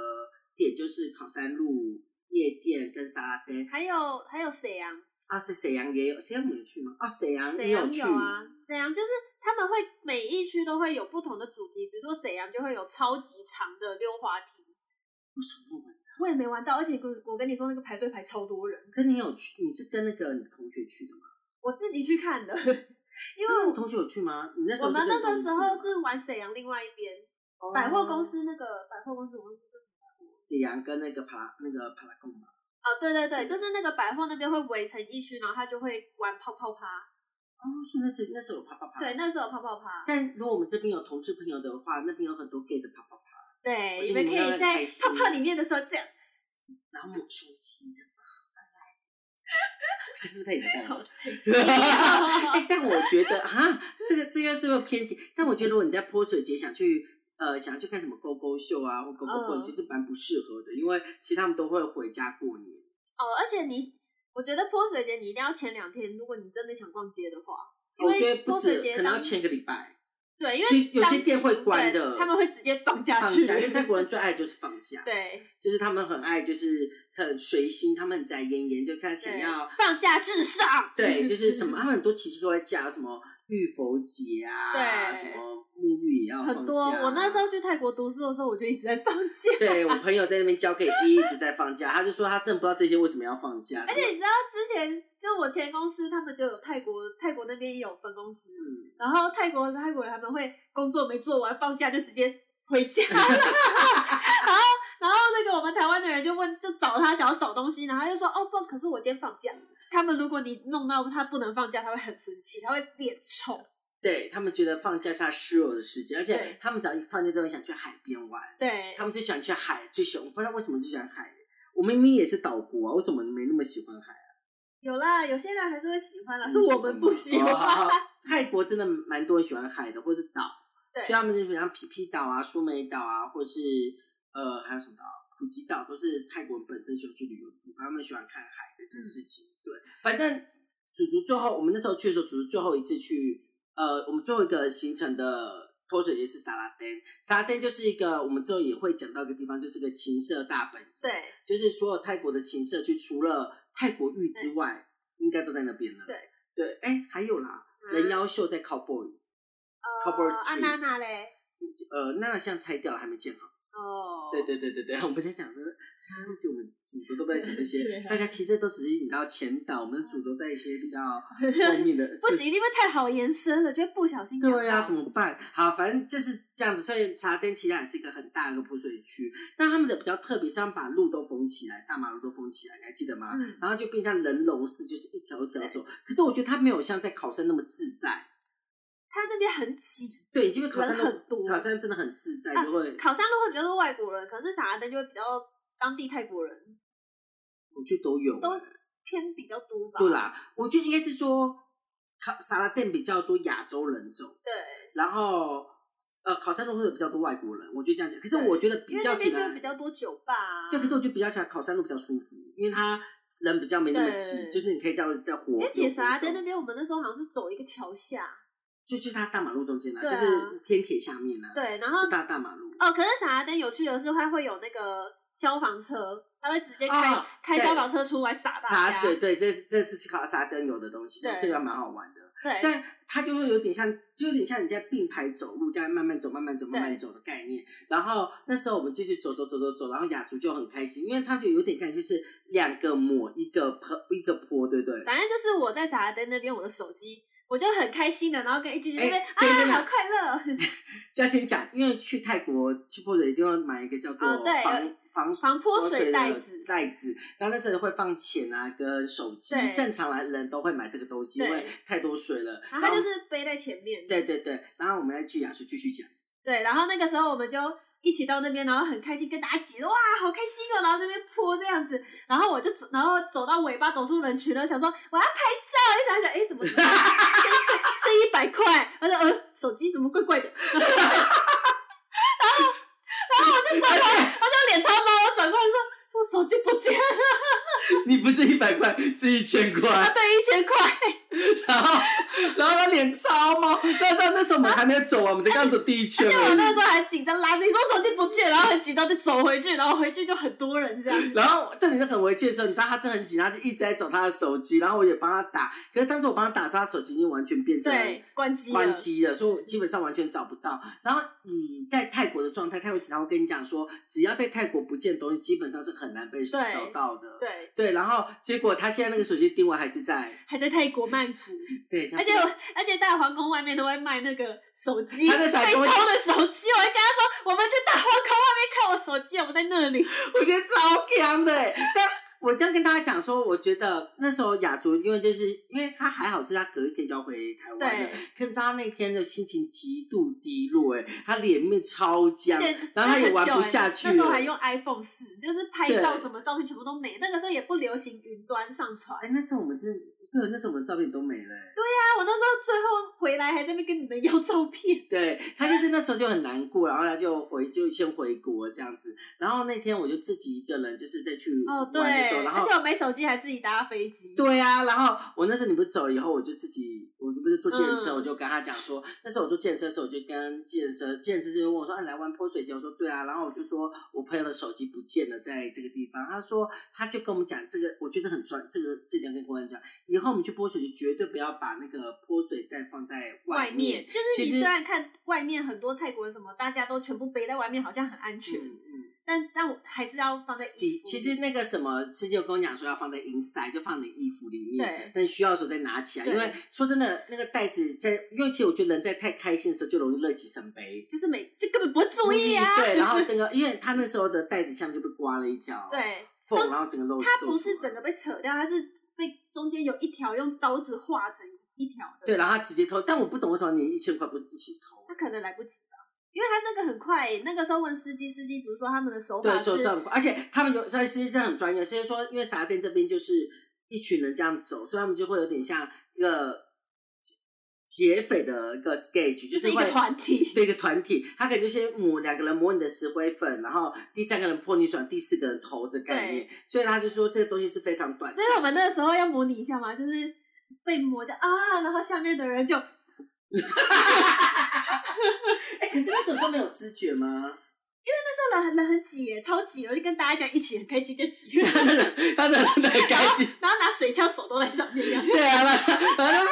Speaker 2: 点就是考山路、夜店跟沙拉丹。
Speaker 1: 还有还有沈阳，
Speaker 2: 啊，所以沈阳也有，沈阳我们有去吗？哦，沈阳
Speaker 1: 沈
Speaker 2: 你有
Speaker 1: 阳
Speaker 2: 去？
Speaker 1: 有啊，沈阳就是他们会每一区都会有不同的主题，比如说沈阳就会有超级长的溜滑梯，
Speaker 2: 为什么我们？
Speaker 1: 我也没玩到，而且我我跟你说那个排队排超多人，
Speaker 2: 可你有去？你是跟那个你同学去的吗？
Speaker 1: 我自己去看的，因为
Speaker 2: 那你
Speaker 1: 我
Speaker 2: 同学有去吗？你那时候
Speaker 1: 我
Speaker 2: 是
Speaker 1: 们
Speaker 2: 跟
Speaker 1: 那个
Speaker 2: 你
Speaker 1: 嗯时
Speaker 2: 同学
Speaker 1: 候
Speaker 2: 去的吗
Speaker 1: 是玩沈阳另外一边、
Speaker 2: 哦
Speaker 1: 百货公司那个百货公司，我忘记叫什么
Speaker 2: 沈阳跟那个帕拉那个帕拉贡嘛。
Speaker 1: 哦，对对对，就是那个百货那边会围成一区，然后他就会玩泡泡趴，
Speaker 2: 哦，是那时候那时候有啪哦啪啪。
Speaker 1: 对，那时候有泡泡趴，
Speaker 2: 但如果我们这边有同志朋友的话，那边有很多 gay 的啪啪啪，
Speaker 1: 对，
Speaker 2: 我觉
Speaker 1: 你
Speaker 2: 得
Speaker 1: 们
Speaker 2: 你
Speaker 1: 可
Speaker 2: 们要
Speaker 1: 以在
Speaker 2: 开心
Speaker 1: 泡泡里面的时候这样，
Speaker 2: 然后抹胸肌的，这是不是太淫荡
Speaker 1: 好 啊
Speaker 2: 了。
Speaker 1: sexy
Speaker 2: 哎，但我觉得哈，这个这个是不是偏题？但我觉得如果你在泼水节想去呃想要去看什么勾勾秀啊或勾勾棍，
Speaker 1: 嗯
Speaker 2: 其实蛮不适合的，因为其实他们都会回家过年。
Speaker 1: 哦，而且你，我觉得泼水节你一定要前两天，如果你真的想逛街的话，因为
Speaker 2: 我觉得不
Speaker 1: 泼水
Speaker 2: 止，
Speaker 1: 节
Speaker 2: 可能要
Speaker 1: 当
Speaker 2: 前个礼拜，
Speaker 1: 对，因
Speaker 2: 其
Speaker 1: 为
Speaker 2: 实有些
Speaker 1: 当
Speaker 2: 店会关
Speaker 1: 对
Speaker 2: 的
Speaker 1: 他们会直接 放假
Speaker 2: 放
Speaker 1: 去。
Speaker 2: 假，因为泰国人最爱的就是放假，
Speaker 1: 对，
Speaker 2: 就是他们很爱，就是很随心，他们很宅妍妍，就看想
Speaker 1: 对
Speaker 2: 要
Speaker 1: 放假至 上。
Speaker 2: 对，就是什么，他们很多奇奇怪怪假，什么浴佛节啊，
Speaker 1: 对
Speaker 2: 什么沐浴也要
Speaker 1: 很多。
Speaker 2: 放假啊
Speaker 1: 我那时候去泰国读书的时候，我就一直在放假。
Speaker 2: 对我朋友在那边教课，一直在放假，他就说他真的不知道这些为什么要放假，
Speaker 1: 而且你知道之前就我前公司他们就有泰国，泰国那边也有分公司，
Speaker 2: 嗯
Speaker 1: 然后泰国泰国人他们会工作没做完放假就直接回家， 然后然后那个我们台湾的人就问就找他想要找东西，然后他就说哦不，可是我今天放假。他们如果你弄到他不能放假，他会很生气，他会脸臭。
Speaker 2: 对他们觉得放假是他虚弱的时间，而且
Speaker 1: 对
Speaker 2: 他们只要一放假都很想去海边玩，
Speaker 1: 对
Speaker 2: 他，们就想去海，最喜欢，我不知道为什么就喜欢海。我明明也是岛国啊，为什么没那么喜欢海？
Speaker 1: 有啦，有些人还是会喜欢啦，是我们不喜
Speaker 2: 嗯哦好好
Speaker 1: 欢。
Speaker 2: 泰国真的蛮多人喜欢海的，或是岛，
Speaker 1: 对
Speaker 2: 所以他们就比如像皮皮岛啊、苏梅岛啊，或是呃还有什么岛啊，普吉岛都是泰国人本身喜欢去旅游的地方，他们喜欢看海这件事
Speaker 1: 嗯
Speaker 2: 情。对，反正祖祖最后我们那时候去的时候，祖祖最后一次去，呃，我们最后一个行程的泼水节是沙拉丹，沙拉丹就是一个我们之后也会讲到一个地方，就是个情色大本营，
Speaker 1: 对
Speaker 2: 就是所有泰国的情社区，除了泰国浴之外，应该都在那边了。
Speaker 1: 对
Speaker 2: 对，哎、还有啦，
Speaker 1: 嗯
Speaker 2: 人妖秀在 Cowboy，Cowboy
Speaker 1: 呃，
Speaker 2: Street
Speaker 1: 安娜娜嘞，
Speaker 2: 呃，娜娜像拆掉了，还没建好。
Speaker 1: 哦，
Speaker 2: 对 对对对对，我们在讲的，啊就我们主轴都不在讲这些，
Speaker 1: 对
Speaker 2: 大家其实都只是你知道前导，我们主轴在一些比较后面的
Speaker 1: 嗯 。不行，哦因为太好延伸了，就会不小心讲到。
Speaker 2: 对呀、怎么办？好，反正就是这样子。所以茶店其实也是一个很大的一个铺水区，但他们的比较特别是他们把路都封起来，大马路都封起来，你还记得吗？
Speaker 1: 嗯
Speaker 2: 然后就变成人龙式，就是一条一条走。可是我觉得他没有像在考山那么自在。
Speaker 1: 他那边很挤，
Speaker 2: 对，因为考山
Speaker 1: 人很多
Speaker 2: 考山真的很自在，
Speaker 1: 啊
Speaker 2: 就会
Speaker 1: 考山路会比较多外国人，可是傻拉登就会比较当地泰国人
Speaker 2: 我觉得都有。
Speaker 1: 都偏比较多吧。
Speaker 2: 对啦，我觉得应该是说，考沙拉店比较多亚洲人走，
Speaker 1: 对，
Speaker 2: 然后呃考山路会有比较多外国人，我觉得这样讲。可是
Speaker 1: 对
Speaker 2: 我觉得
Speaker 1: 因
Speaker 2: 比
Speaker 1: 为
Speaker 2: 较
Speaker 1: 那
Speaker 2: 起
Speaker 1: 边就会
Speaker 2: 来
Speaker 1: 比。较多酒吧啊。
Speaker 2: 对，可是我觉得比较起来，考山路比较舒服，因为它人比较没那么挤，
Speaker 1: 对
Speaker 2: 就是你可以这样在活。
Speaker 1: 因为其实傻拉
Speaker 2: 有活
Speaker 1: 登
Speaker 2: 动
Speaker 1: 那边，我们那时候好像是走一个桥下，
Speaker 2: 就就是它大马路中间啦、
Speaker 1: 对啊
Speaker 2: 就是天铁下面啦、
Speaker 1: 对，然后
Speaker 2: 就大大马路。
Speaker 1: 哦，可是傻拉登有趣的是，它会有那个消防车，它会直接开、
Speaker 2: 哦
Speaker 1: 开
Speaker 2: 对
Speaker 1: 消防车出来撒大
Speaker 2: 茶
Speaker 1: 家。
Speaker 2: 水，对，这是这是考沙登有的东西，
Speaker 1: 对
Speaker 2: 这个蛮好玩的。
Speaker 1: 对，
Speaker 2: 但它就会有点像，就有点像你在并排走路，这样慢慢走、慢慢走、慢慢走的概念。然后那时候我们继续走走走走走，然后雅竹就很开心，因为它就有点感觉就是两个抹一个坡一个坡，对不对？
Speaker 1: 反正就是我在傻拉登那边，我的手机我就很开心的，然后跟一句就是、
Speaker 2: 哎对对
Speaker 1: 啊，
Speaker 2: 对
Speaker 1: 好快乐。
Speaker 2: 要先讲，因为去泰国去泼水一定要买一个叫做
Speaker 1: 哦对
Speaker 2: 防、
Speaker 1: 有
Speaker 2: 防
Speaker 1: 防泼水
Speaker 2: 的
Speaker 1: 袋子
Speaker 2: 袋子，然后那时候会放钱啊跟手机，
Speaker 1: 对
Speaker 2: 正常来人都会买这个东西，
Speaker 1: 对
Speaker 2: 因为太多水了。
Speaker 1: 然后他就是背在前面。
Speaker 2: 对对对，然后我们再去雅俗继续讲，
Speaker 1: 对，然后那个时候我们就一起到那边，然后很开心跟大家挤，哇，好开心哦！然后这边泼这样子，然后我就走，然后走到尾巴走出人群了，想说我要拍照，一直在想，哎，怎么剩 剩剩一百块？我说呃，手机怎么怪 怪的？然后然后我就转过来，我就脸超毛，我转过来说。我手机不见了，
Speaker 2: 你不是一百块，是一千块
Speaker 1: 他。对 一千块，
Speaker 2: 然后，然后他脸超毛，那那那时候我们还没有走啊，我们才刚走第一
Speaker 1: 而
Speaker 2: 圈
Speaker 1: 且我那时
Speaker 2: 而
Speaker 1: 候还紧张拉着你说手机不见，然后很紧张就走回去，然后回去就很多人这样。
Speaker 2: 已。然后这里是很回去的时候，你知道他真的很紧张，就一直在找他的手机，然后我也帮他打，可是当时我帮他打的时候，他手机已经完全变成
Speaker 1: 对，关机了
Speaker 2: 关机了，所以我基本上完全找不到。然后你在泰国的状态，泰国警察会跟你讲说，只要在泰国不见东西，基本上是很难被
Speaker 1: 对
Speaker 2: 找到的。
Speaker 1: 对，
Speaker 2: 对，然后结果他现在那个手机定位还是在，
Speaker 1: 还在泰国曼谷，
Speaker 2: 对，他
Speaker 1: 而且我而且大皇宫外面都会卖那个手机，
Speaker 2: 他
Speaker 1: 被
Speaker 2: 在想
Speaker 1: 偷
Speaker 2: 东西
Speaker 1: 的手机，我还跟他说，我们去大皇宫外面看我手机，我在那里。
Speaker 2: 我觉得超强的欸、但我这样跟大家讲说，我觉得那时候雅竹，因为就是因为他还好是他隔一天就要回台湾了，
Speaker 1: 对，
Speaker 2: 可你知道他那天的心情极度低落、欸，哎，他脸面超僵
Speaker 1: 而，且
Speaker 2: 然后他也玩
Speaker 1: 很久
Speaker 2: 不
Speaker 1: 欸
Speaker 2: 下去
Speaker 1: 那时候还
Speaker 2: 了
Speaker 1: 用 iPhone 四，就是拍
Speaker 2: 对
Speaker 1: 照什么照片全部都没，那个时候也不流行云端上传
Speaker 2: 哎、。那时候我们真的对，那时候我们的照片都没了、欸。
Speaker 1: 啊，我那时候最后回来还在那边跟你们要照片，
Speaker 2: 对他就是那时候就很难过，然后他就回就先回国这样子。然后那天我就自己一个人，就是再去
Speaker 1: 哦对，
Speaker 2: 嗯玩的时候，然
Speaker 1: 而
Speaker 2: 后
Speaker 1: 且我没手机，还自己搭飞机，
Speaker 2: 对啊，然后我那时候你不是走了以后，我就自己，我不是坐健身车，
Speaker 1: 嗯
Speaker 2: 我就跟他讲说，那时候我坐健身的时候，我就跟健身健身就问我说，啊，你来玩泼水节，我说对啊，然后我就说我朋友的手机不见了，在这个地方，他说他就跟我们讲这个，我觉得很专，这个这点跟国人讲，以后我们去泼水节绝对不要把那个泼水袋放在
Speaker 1: 外
Speaker 2: 面，
Speaker 1: 面就是
Speaker 2: 其
Speaker 1: 你
Speaker 2: 实
Speaker 1: 虽然看外面很多泰国人什么，大家都全部背在外面，好像很安全，
Speaker 2: 嗯嗯
Speaker 1: 但但我还是要放在衣服。
Speaker 2: 其实那个什么，师姐有跟我讲说要放在 inside，就放你衣服里面
Speaker 1: 对，
Speaker 2: 那你需要的时候再拿起来。因
Speaker 1: 对
Speaker 2: 为说真的，那个袋子在，因为其实我觉得人在太开心的时候就容易乐极生悲。
Speaker 1: 就是每就根本不会注意啊，
Speaker 2: 对，然后那个，因为他那时候的袋子下面就被刮了一条
Speaker 1: 对，
Speaker 2: 缝，然后整个露。
Speaker 1: 它不是
Speaker 2: 露出来
Speaker 1: 整个被扯掉，它是被中间有一条用刀子划成一条的。
Speaker 2: 对，然后他直接偷，但我不懂为什么你一千块不一起偷。
Speaker 1: 他可能来不及吧，因为他那个很快、那个时候问司机，司机不是说他们的手法
Speaker 2: 对，
Speaker 1: 是
Speaker 2: 说这样，而且他们有在实际上很专业，所以说因为沙店这边就是一群人这样走，所以他们就会有点像一个劫匪的一个 stage，
Speaker 1: 就是
Speaker 2: 是
Speaker 1: 一个
Speaker 2: 会
Speaker 1: 团体，
Speaker 2: 对一个团体，他可能就先抹两个人抹你的石灰粉，然后第三个人泼你水，第四个人投这概念，所以他就说这个东西是非常短
Speaker 1: 所
Speaker 2: 暂。
Speaker 1: 以我们那个时候要模拟一下嘛，就是被磨的啊，然后下面的人就
Speaker 2: 哎、可是那时候都没有知觉吗？
Speaker 1: 这人人很挤耶，超挤，我就跟大家讲一起很开心就挤，
Speaker 2: 他那个他那个真的很开心，
Speaker 1: 然后拿水枪手都在上面一样，
Speaker 2: 对啊，然后然后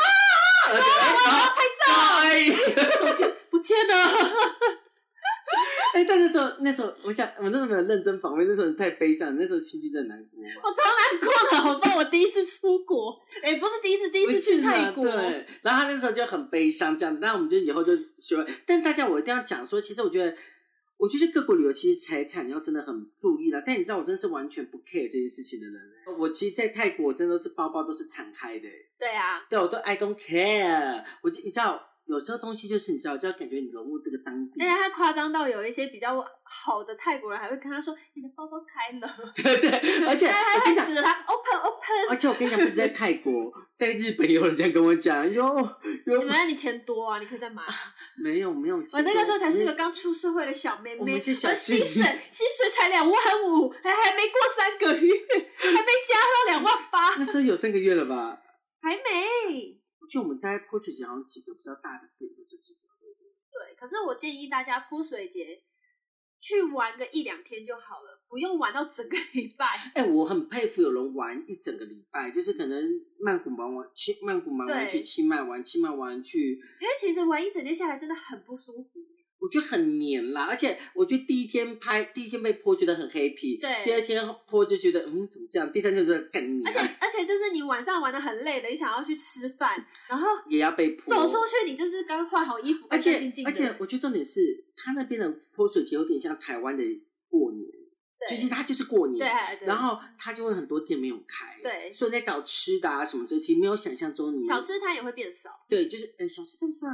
Speaker 2: 就啊，拍照。
Speaker 1: 手机不见了，
Speaker 2: 哎，但那时候，那时候，我想，我那时候没有认真访问，那时候太悲伤，那时候心情真的难过。
Speaker 1: 我超难过的，好吧，我第一次出国，哎、不是第一次，第一
Speaker 2: 不
Speaker 1: 次
Speaker 2: 是
Speaker 1: 去
Speaker 2: 啊
Speaker 1: 泰国，
Speaker 2: 对。然后他那时候就很悲伤这样子，那我们就以后就学会。但大家我一定要讲说，其实我觉得，我觉得各国旅游其实财产要真的很注意啦。但你知道，我真的是完全不 care 这件事情的人欸、我其实，在泰国我真的都是包包都是敞开的欸、
Speaker 1: 对啊，
Speaker 2: 对我都 I don't care。我就你知道，有时候东西就是你知道，就要感觉你融入这个当地。
Speaker 1: 而且他夸张到有一些比较好的泰国人还会跟他说：“哎你的包包开了。”
Speaker 2: 对 对，而且
Speaker 1: 但
Speaker 2: 我
Speaker 1: 他
Speaker 2: 跟你
Speaker 1: 他
Speaker 2: 讲，
Speaker 1: 指着他 open open，
Speaker 2: 而且我跟你讲，不是在泰国，在日本也有人这样跟我讲，有有
Speaker 1: 你们那你钱多啊，你可以再 买。
Speaker 2: 没有没有？
Speaker 1: 我那个时候才是个刚出社会的小妹妹，
Speaker 2: 我们是小
Speaker 1: 我的薪
Speaker 2: 弟弟
Speaker 1: 水薪水才两万五，还还没过三个月，还没加到两万八，
Speaker 2: 那时候有三个月了吧？
Speaker 1: 还没。
Speaker 2: 就我们大概泼水节好像几个比较大的点就是这个。
Speaker 1: 对，可是我建议大家泼水节去玩个一两天就好了，不用玩到整个礼拜。
Speaker 2: 哎、我很佩服有人玩一整个礼拜，就是可能曼谷玩完去曼谷玩完去
Speaker 1: 对
Speaker 2: 清迈玩，清迈玩去，
Speaker 1: 因为其实玩一整天下来真的很不舒服。
Speaker 2: 我觉得很黏啦。而且我觉得第一天拍，第一天被泼觉得很 happy，
Speaker 1: 对
Speaker 2: 第二天泼就觉得嗯怎么这样，第三天就觉得干你、
Speaker 1: 而且
Speaker 2: 啊，
Speaker 1: 而且就是你晚上玩的很累了，你想要去吃饭，然后
Speaker 2: 也要被泼。
Speaker 1: 走出去，你就是刚换好衣服，
Speaker 2: 而
Speaker 1: 干干
Speaker 2: 且
Speaker 1: 净净的。
Speaker 2: 而且我觉得重点是，他那边的泼水节有点像台湾的过年，
Speaker 1: 对
Speaker 2: 就是他就是过年，
Speaker 1: 对，哎对
Speaker 2: 然后他就会很多店没有开，
Speaker 1: 对
Speaker 2: 所以在找吃的啊什么这些，没有想象中你
Speaker 1: 小吃摊也会变少，
Speaker 2: 对，就是哎小吃摊算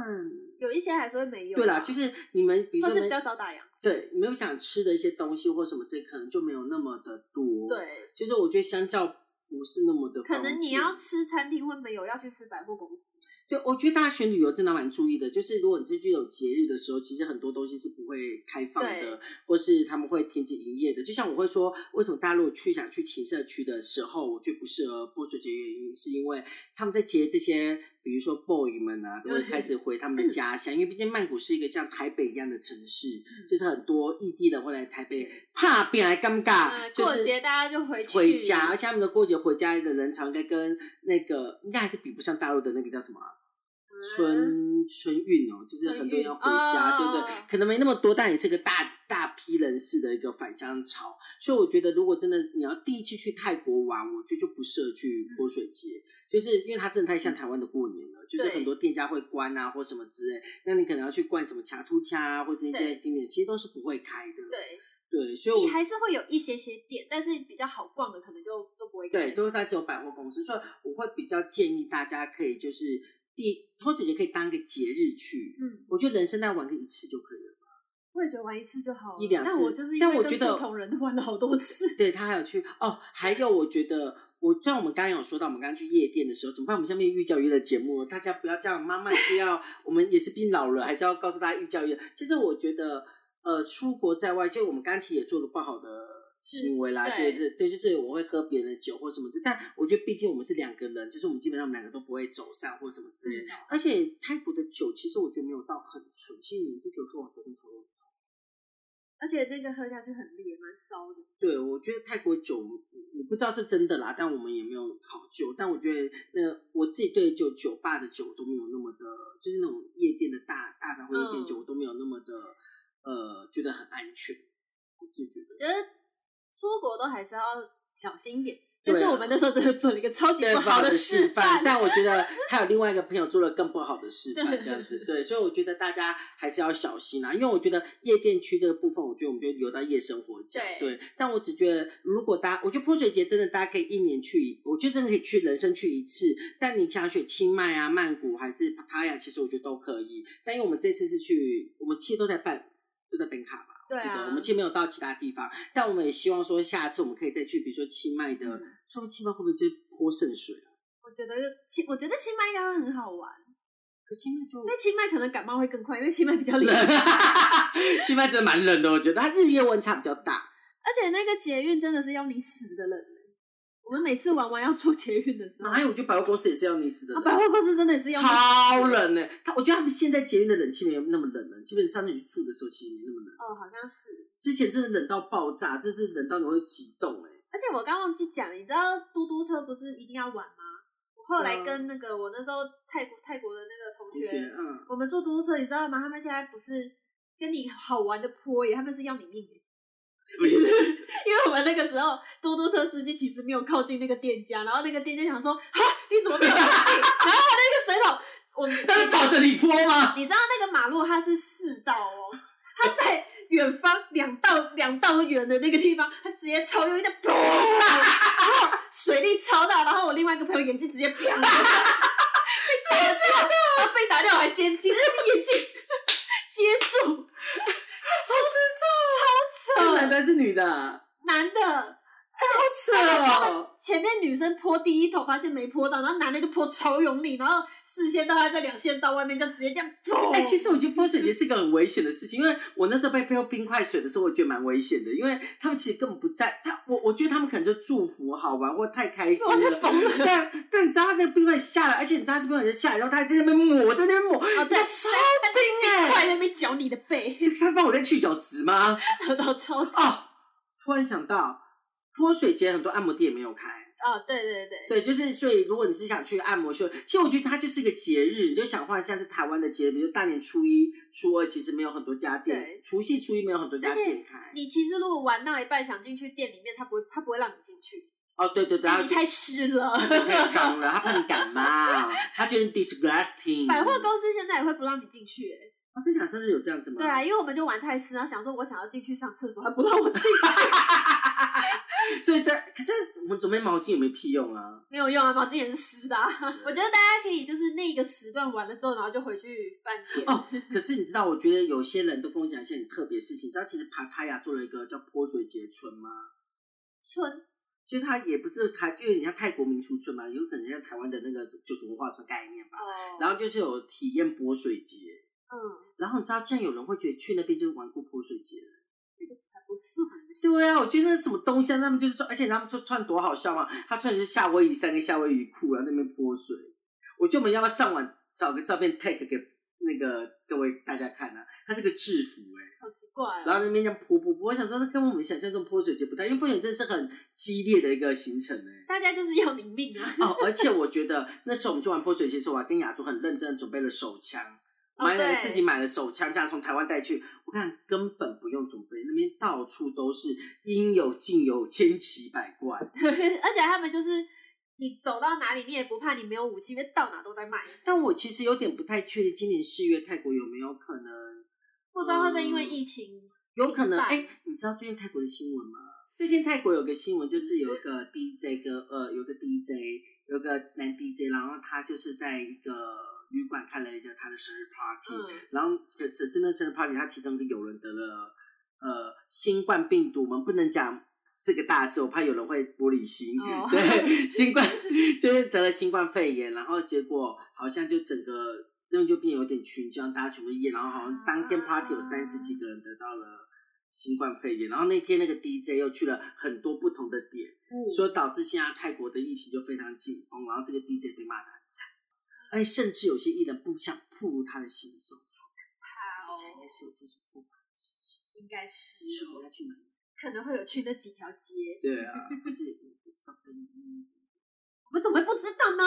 Speaker 1: 有一些还是会没有啊。
Speaker 2: 对啦，就是你们比如
Speaker 1: 或
Speaker 2: 说
Speaker 1: 是
Speaker 2: 你
Speaker 1: 比较
Speaker 2: 们
Speaker 1: 早打烊。
Speaker 2: 对你们想吃的一些东西或什么这可能就没有那么的多，，
Speaker 1: 对，
Speaker 2: 就是我觉得相较不是那么的方
Speaker 1: 可
Speaker 2: 便，
Speaker 1: 能你要吃餐厅会没有，要去吃百货公司。
Speaker 2: 对，我觉得大家选旅游真的蛮注意的，就是如果你是具有节日的时候，其实很多东西是不会开放的
Speaker 1: 对，
Speaker 2: 或是他们会停止营业的。就像我会说，为什么大家如果去想去情社区的时候，我觉得不适合泼水节的原因，是因为他们在接这些，比如说 boy 们啊，都会开始回他们的家乡，因为毕竟曼谷是一个像台北一样的城市，
Speaker 1: 嗯
Speaker 2: 就是很多异地的会来台北，怕变来尴尬，
Speaker 1: 呃，
Speaker 2: 就
Speaker 1: 过
Speaker 2: 是
Speaker 1: 节大家就回去
Speaker 2: 回家，而且他们的过节回家的人潮应该跟那个应该还是比不上大陆的那个叫什么啊、春春运哦，就是很多人要回家，
Speaker 1: 春运
Speaker 2: 对不对
Speaker 1: 哦？
Speaker 2: 可能没那么多，但也是个大大批人士的一个返乡潮。所以我觉得，如果真的你要第一次去泰国玩，我觉得就不适合去泼水节，就是因为它真的太像台湾的过年了，就是
Speaker 1: 嗯对
Speaker 2: 很多店家会关啊或什么之类，那你可能要去逛什么卡图卡啊，或是一些
Speaker 1: 对
Speaker 2: 景点，其实都是不会开的。
Speaker 1: 对，
Speaker 2: 对，所以我
Speaker 1: 你还是会有一些些店，但是比较好逛的可能就都不会开。
Speaker 2: 对，都是在只有百货公司，所以我会比较建议大家可以就是第泼水节可以当个节日去，
Speaker 1: 嗯，
Speaker 2: 我觉得人生大概玩个一次就可以了。
Speaker 1: 我也觉得玩一次就好了。
Speaker 2: 一两次
Speaker 1: 但我就是因
Speaker 2: 但我
Speaker 1: 为
Speaker 2: 觉
Speaker 1: 跟
Speaker 2: 得
Speaker 1: 不同人换了好多次。
Speaker 2: 对他还有去哦，还有我觉得我虽然我们刚刚有说到，我们刚刚去夜店的时候，怎么办？我们下面寓教于乐节目，大家不要这样，妈妈是要我们也是毕竟老了，还是要告诉大家寓教于乐。其实我觉得，呃，出国在外，就我们刚才也做了不好的行为啦，
Speaker 1: 嗯
Speaker 2: 就
Speaker 1: 对
Speaker 2: 是对，就是我会喝别人的酒或什么的。但我觉得，毕竟我们是两个人，就是我们基本上我们两个都不会走散或什么
Speaker 1: 嗯
Speaker 2: 之类的。而且泰国的酒，其实我觉得没有到很纯，其实你不觉得说我昨天讨论
Speaker 1: 而且那个喝下去很烈，蛮烧的。
Speaker 2: 对，我觉得泰国酒，我不知道是真的啦，但我们也没有考究。但我觉得那我自己对酒酒吧的酒都没有那么的，就是那种夜店的大大杂烩夜店酒，我都没有那么的呃，觉得很安全。我自己觉得，
Speaker 1: 觉得出国都还是要小心一点。
Speaker 2: 对
Speaker 1: 但
Speaker 2: 啊
Speaker 1: 是我们那时候真的做了一个超级
Speaker 2: 对
Speaker 1: 不好
Speaker 2: 的
Speaker 1: 示
Speaker 2: 范
Speaker 1: 范，，
Speaker 2: 但我觉得还有另外一个朋友做了更不好的示范，
Speaker 1: 对
Speaker 2: 这样子对，所以我觉得大家还是要小心啊，因为我觉得夜店区这个部分，我觉得我们就留到夜生活讲，
Speaker 1: 对
Speaker 2: 对。但我只觉得，如果大家，我觉得泼水节真的大家可以一年去一，我觉得真的可以去人生去一次。但你想选清迈啊、曼谷还是帕塔亚，其实我觉得都可以。但因为我们这次是去，我们其实都在办，都在本卡嘛。
Speaker 1: 对
Speaker 2: 对不
Speaker 1: 啊，
Speaker 2: 对？我们其实没有到其他地方，但我们也希望说下次我们可以再去，比如说清迈的，
Speaker 1: 嗯
Speaker 2: 说不定清迈会不会就是泼圣水啊？
Speaker 1: 我觉得清，我觉得清迈应该会很好玩，
Speaker 2: 可清迈就
Speaker 1: 因为清迈可能感冒会更快，因为清迈比较冷，
Speaker 2: 冷，清迈真的蛮冷的，我觉得它日夜温差比较大。
Speaker 1: 而且那个捷运真的是要你死的冷。我们每次玩完要坐捷运的时候，
Speaker 2: 哪有？我觉得百货公司也是要溺死的
Speaker 1: 啊，
Speaker 2: 冷，
Speaker 1: 百货公司真的是要你
Speaker 2: 超冷呢、它我觉得他们现在捷运的冷气没有那么冷了，基本上你去住的时候其实没那么冷。
Speaker 1: 哦，好像是。
Speaker 2: 之前真的冷到爆炸，真是冷到你会激动哎、
Speaker 1: 而且我刚忘记讲，你知道嘟嘟车不是一定要玩吗？我后来
Speaker 2: 嗯
Speaker 1: 跟那个我那时候泰国泰国的那个
Speaker 2: 同学，嗯，
Speaker 1: 我们坐嘟嘟车，你知道吗？他们现在不是跟你好玩的坡耶，他们是要你命耶。
Speaker 2: 什么意思？
Speaker 1: 因为我们那个时候嘟嘟车司机其实没有靠近那个店家，然后那个店家想说，哈，你怎么没有靠近？ 然后他那个水桶，我们
Speaker 2: 他是找着你泼吗？
Speaker 1: 你知道那个马路它是四道哦，它在远方两道两道远的那个地方，它直接超越一个，砰然后水力超大，然后我另外一个朋友眼镜直接砰，被砸掉，然后被打
Speaker 2: 哎
Speaker 1: 掉，我还接接着那个眼镜接住，
Speaker 2: 是
Speaker 1: 超时尚，超
Speaker 2: 男
Speaker 1: 扯，
Speaker 2: 的还是女的啊？
Speaker 1: 男的。
Speaker 2: 好扯哦！
Speaker 1: 前面女生泼第一桶，发现没泼到，然后男的就泼超用力，然后视线到他在两线道外面，就直接这样。砰
Speaker 2: 哎、其实我觉得泼水节是个很危险的事情，因为我那时候被泼冰块水的时候，我觉得蛮危险的，因为他们其实根本不在，他我我觉得他们可能就祝福好玩或太开心
Speaker 1: 我
Speaker 2: 了。
Speaker 1: 疯了
Speaker 2: 但但你知道他那个冰块下来，而且你知道他冰块下来，然后他还在那边抹，在那边抹，
Speaker 1: 哦，对，
Speaker 2: 那超
Speaker 1: 冰
Speaker 2: 哎
Speaker 1: 快在那边嚼你的 背，
Speaker 2: 这个他帮我在去角质吗？
Speaker 1: 得到超啊、
Speaker 2: 哦，突然想到泼水节很多按摩店也没有开。
Speaker 1: 哦，对对对，
Speaker 2: 对，就是所以，如果你是想去按摩秀，其实我觉得它就是一个节日，你就想换像是台湾的节日，比如大年初一、初二，其实没有很多家店
Speaker 1: 对，
Speaker 2: 除夕、初一没有很多家
Speaker 1: 而且
Speaker 2: 店开。
Speaker 1: 你其实如果玩到一半想进去店里面，他不会，他不会让你进去，
Speaker 2: 哦，对对对，
Speaker 1: 因
Speaker 2: 他
Speaker 1: 为你
Speaker 2: 觉
Speaker 1: 太湿了。
Speaker 2: 得太脏了，他怕你感冒，他觉得你 disgusting。
Speaker 1: 百货公司现在也会不让你进去、欸，
Speaker 2: 哦，这两生日有这样子吗？
Speaker 1: 对啊，因为我们就玩太湿，然后想说我想要进去上厕所，他不让我 进去，
Speaker 2: 所以但可是我们准备毛巾也没屁用啊。
Speaker 1: 没有用啊，毛巾也是湿的、啊。我觉得大家可以就是那个时段玩了之后，然后就回去饭店。
Speaker 2: 哦可是你知道，我觉得有些人都跟我讲一些很特别的事情。你知道，其实帕塔亚做了一个叫泼水节村吗？
Speaker 1: 春
Speaker 2: 就是它也不是台，就有点像泰国民俗村嘛，有可能像台湾的那个九族文化村概念吧。
Speaker 1: 哦，
Speaker 2: 然后就是有体验泼水节，
Speaker 1: 嗯，
Speaker 2: 然后你知道，竟然有人会觉得去那边就是玩过泼水节了。
Speaker 1: 还不是很
Speaker 2: 对啊，我觉得那是什么东西啊？他们就是穿，而且他们穿穿多好笑啊！他穿的是夏威夷衫跟夏威夷裤，然后那边泼水。我觉得我们要不要上网找个照片 tag 给那个各位大家看啊？它是个制服哎、
Speaker 1: 好奇怪、
Speaker 2: 然
Speaker 1: 哦。
Speaker 2: 后那边这样泼泼泼，我想说，那跟我们想象中泼水节不太，因为泼水节真的是很激烈的一个行程哎、
Speaker 1: 大家就是要你命啊！
Speaker 2: 哦，而且我觉得那时候我们去玩泼水节的时候，我还跟雅竹很认真的准备了手枪，
Speaker 1: 哦
Speaker 2: 买了
Speaker 1: 对
Speaker 2: 自己买了手枪，这样从台湾带去。我看根本不用准备，那边到处都是，应有尽有，千奇百怪。
Speaker 1: 而且他们就是你走到哪里，你也不怕你没有武器，因为到哪都在卖。
Speaker 2: 但我其实有点不太确定，今年四月泰国有没有可能，
Speaker 1: 不知道会不会因为
Speaker 2: 嗯
Speaker 1: 疫情，
Speaker 2: 有可能
Speaker 1: 明白
Speaker 2: 哎、你知道最近泰国的新闻吗？最近泰国有个新闻，就是有一个
Speaker 1: 嗯
Speaker 2: DJ 跟呃，有个 DJ，有个男 DJ，然后他就是在一个旅馆开了一个他的生日 party，、
Speaker 1: 嗯，
Speaker 2: 然后只只是那生日 party，他其中一个友人得了呃新冠病毒，我们不能讲四个大字，我怕有人会玻璃心。
Speaker 1: 哦
Speaker 2: 对， 新冠就是得了新冠肺炎，然后结果好像就整个那就变有点群聚，让大家全部验，然后好像当天 party 有三十几个人得到了。新冠肺炎，然后那天那个 DJ 又去了很多不同的点，嗯所以导致现在泰国的疫情就非常紧绷，然后这个 DJ 被骂的很惨，而且甚至有些艺人不想暴露他的行踪，
Speaker 1: 怕
Speaker 2: 好
Speaker 1: 哦，
Speaker 2: 像也是有做出不法的事情，
Speaker 1: 应该是
Speaker 2: 所以我要去买。
Speaker 1: 可能会有去那几条街，
Speaker 2: 对啊，不是我不知道跟你
Speaker 1: 我们怎么会不知道呢？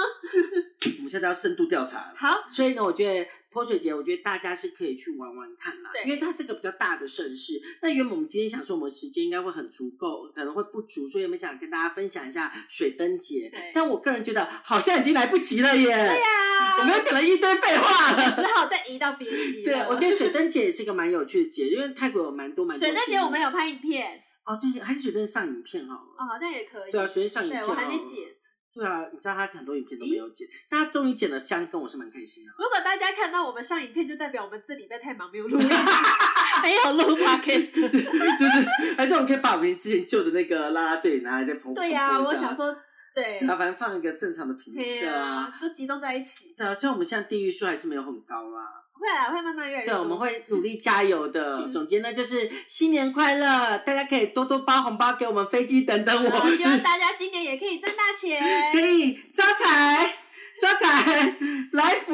Speaker 2: 我们现在要深度调查了。
Speaker 1: 好，
Speaker 2: 所以呢，我觉得泼水节，我觉得大家是可以去玩玩看啦，
Speaker 1: 对
Speaker 2: 因为它是个比较大的盛事。那原本我们今天想说，我们时间应该会很足够，可能会不足，所以我们想跟大家分享一下水灯节
Speaker 1: 对。
Speaker 2: 但我个人觉得，好像已经来不及了耶！ 对
Speaker 1: 呀
Speaker 2: 我们又讲了一堆废话了。
Speaker 1: 啊只好再移到别集
Speaker 2: 对
Speaker 1: 了。，
Speaker 2: 我觉得水灯节也是一个蛮有趣的节，因为泰国有蛮多蛮多
Speaker 1: 水灯节
Speaker 2: 节目
Speaker 1: 我们有拍影片，
Speaker 2: 哦，对，还是水灯上影片好了。
Speaker 1: 哦，好像也可以。
Speaker 2: 对啊，水灯上影片
Speaker 1: 对我还没
Speaker 2: 好了
Speaker 1: 剪。
Speaker 2: 对啊，你知道他很多影片都没有剪，但他终于剪了香根，我是蛮开心的。
Speaker 1: 如果大家看到我们上影片，就代表我们这礼拜太忙没 有录，没有 录 podcast。
Speaker 2: 就是，而且我们可以把我们之前旧的那个啦啦队拿来再重
Speaker 1: 对呀、
Speaker 2: 重播
Speaker 1: 我
Speaker 2: 一下
Speaker 1: 想，说，对，
Speaker 2: 啊，反正放一个正常的频
Speaker 1: 对
Speaker 2: 对啊。
Speaker 1: 啊，都集中在一起。
Speaker 2: 对啊，虽然我们现在地域数还是没有很高啦，
Speaker 1: 会啊，会慢慢越来越
Speaker 2: 对，
Speaker 1: 多。
Speaker 2: 我们会努力加油的。
Speaker 1: 嗯
Speaker 2: 总结呢，就是新年快乐，大家可以多多包红包给我们飞机等等我
Speaker 1: 呃
Speaker 2: 们。
Speaker 1: 希望大家今年也可以赚 大钱。
Speaker 2: 可以招财、招财、来福，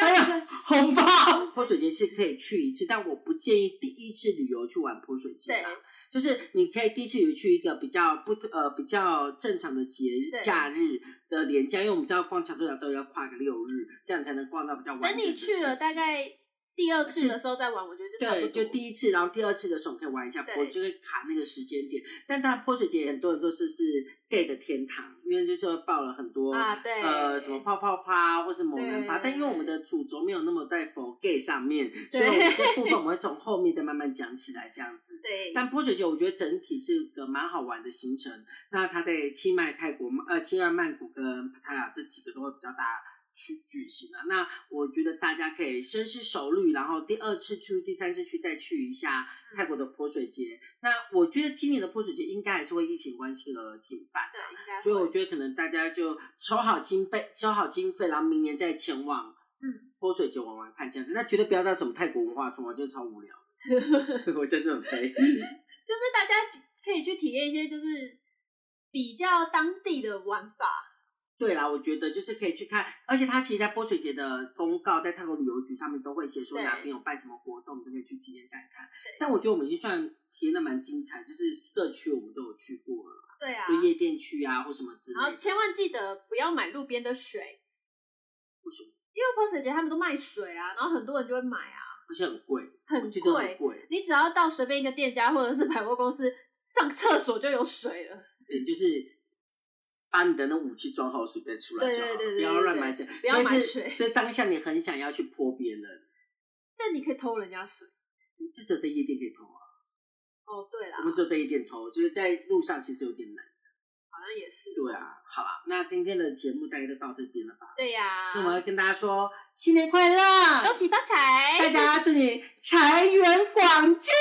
Speaker 2: 还有红包。 泼水节是可以去一次，但我不建议第一次旅游去玩泼水节啦
Speaker 1: 对。
Speaker 2: 就是你可以第一次有去一个比较不呃比较正常的节日
Speaker 1: 对
Speaker 2: 假日的连假，因为我们知道逛桥头桥都要跨个六日，这样才能逛到比较完
Speaker 1: 等
Speaker 2: 整的
Speaker 1: 你去
Speaker 2: 时
Speaker 1: 了
Speaker 2: 间
Speaker 1: 大概第二次的时候再玩，我觉得就差不
Speaker 2: 对，
Speaker 1: 多
Speaker 2: 就第一次，然后第二次的时候可以玩一下
Speaker 1: 对
Speaker 2: 泼，就会卡那个时间点。但当然泼水节很多人都是是 gay 的天堂，因为就是报了很多
Speaker 1: 啊，对，
Speaker 2: 呃，什么泡泡趴或是猛男趴，
Speaker 1: 对
Speaker 2: 但因为我们的主轴没有那么在 for gay 上面，所
Speaker 1: 对
Speaker 2: 以我们这部分我们会从后面再慢慢讲起来这样子。
Speaker 1: 对，
Speaker 2: 但泼水节我觉得整体是个蛮好玩的行程，那它在清迈、泰国、呃清迈、曼谷跟帕塔亚这几个都会比较大。去举行啊，那我觉得大家可以深思熟虑，然后第二次去、第三次去再去一下泰国的泼水节。那我觉得今年的泼水节应该还是会疫情关系而停办，
Speaker 1: 对应该会
Speaker 2: 所以我觉得可能大家就筹好经费，筹好经费，然后明年再前往
Speaker 1: 嗯
Speaker 2: 泼水节玩玩看这样子。那绝对不要到什么泰国文化村玩，就是超无 聊。我真的很 悲。
Speaker 1: 就是大家可以去体验一些就是比较当地的玩法。
Speaker 2: 对啦，我觉得就是可以去看，而且它其实，在泼水节的公告，在泰国旅游局上面都会写说
Speaker 1: 对
Speaker 2: 哪边有办什么活动，你都可以去体验看看。但我觉得我们已经算体验的蛮精彩，就是各区我们都有去过了，
Speaker 1: 对啊，
Speaker 2: 就夜店区啊或什么之类
Speaker 1: 然后
Speaker 2: 的。
Speaker 1: 千万记得不要买路边的水，
Speaker 2: 为什么
Speaker 1: 因为泼水节他们都卖水啊，然后很多人就会买啊，
Speaker 2: 而且很贵，
Speaker 1: 很
Speaker 2: 我记得很
Speaker 1: 贵。
Speaker 2: 贵。
Speaker 1: 你只要到随便一个店家或者是百货公司上厕所就有水了，
Speaker 2: 对，就是把你的那武器装好，随便出来就好了，
Speaker 1: 对对对对
Speaker 2: 不要乱买水。
Speaker 1: 不要
Speaker 2: 所以
Speaker 1: 买
Speaker 2: 是
Speaker 1: 水
Speaker 2: 所以当下你很想要去泼别人，
Speaker 1: 但你可以偷人家水。
Speaker 2: 你就只有在夜店可以偷啊。
Speaker 1: 哦，对啦，
Speaker 2: 我们只有在夜店偷，就是在路上其实有点难。
Speaker 1: 好像也是。
Speaker 2: 对啊，好啦，那今天的节目大概就到这边了吧？
Speaker 1: 对呀、
Speaker 2: 那我们要跟大家说新年快乐，
Speaker 1: 恭喜发财，
Speaker 2: 大家祝你财源广进。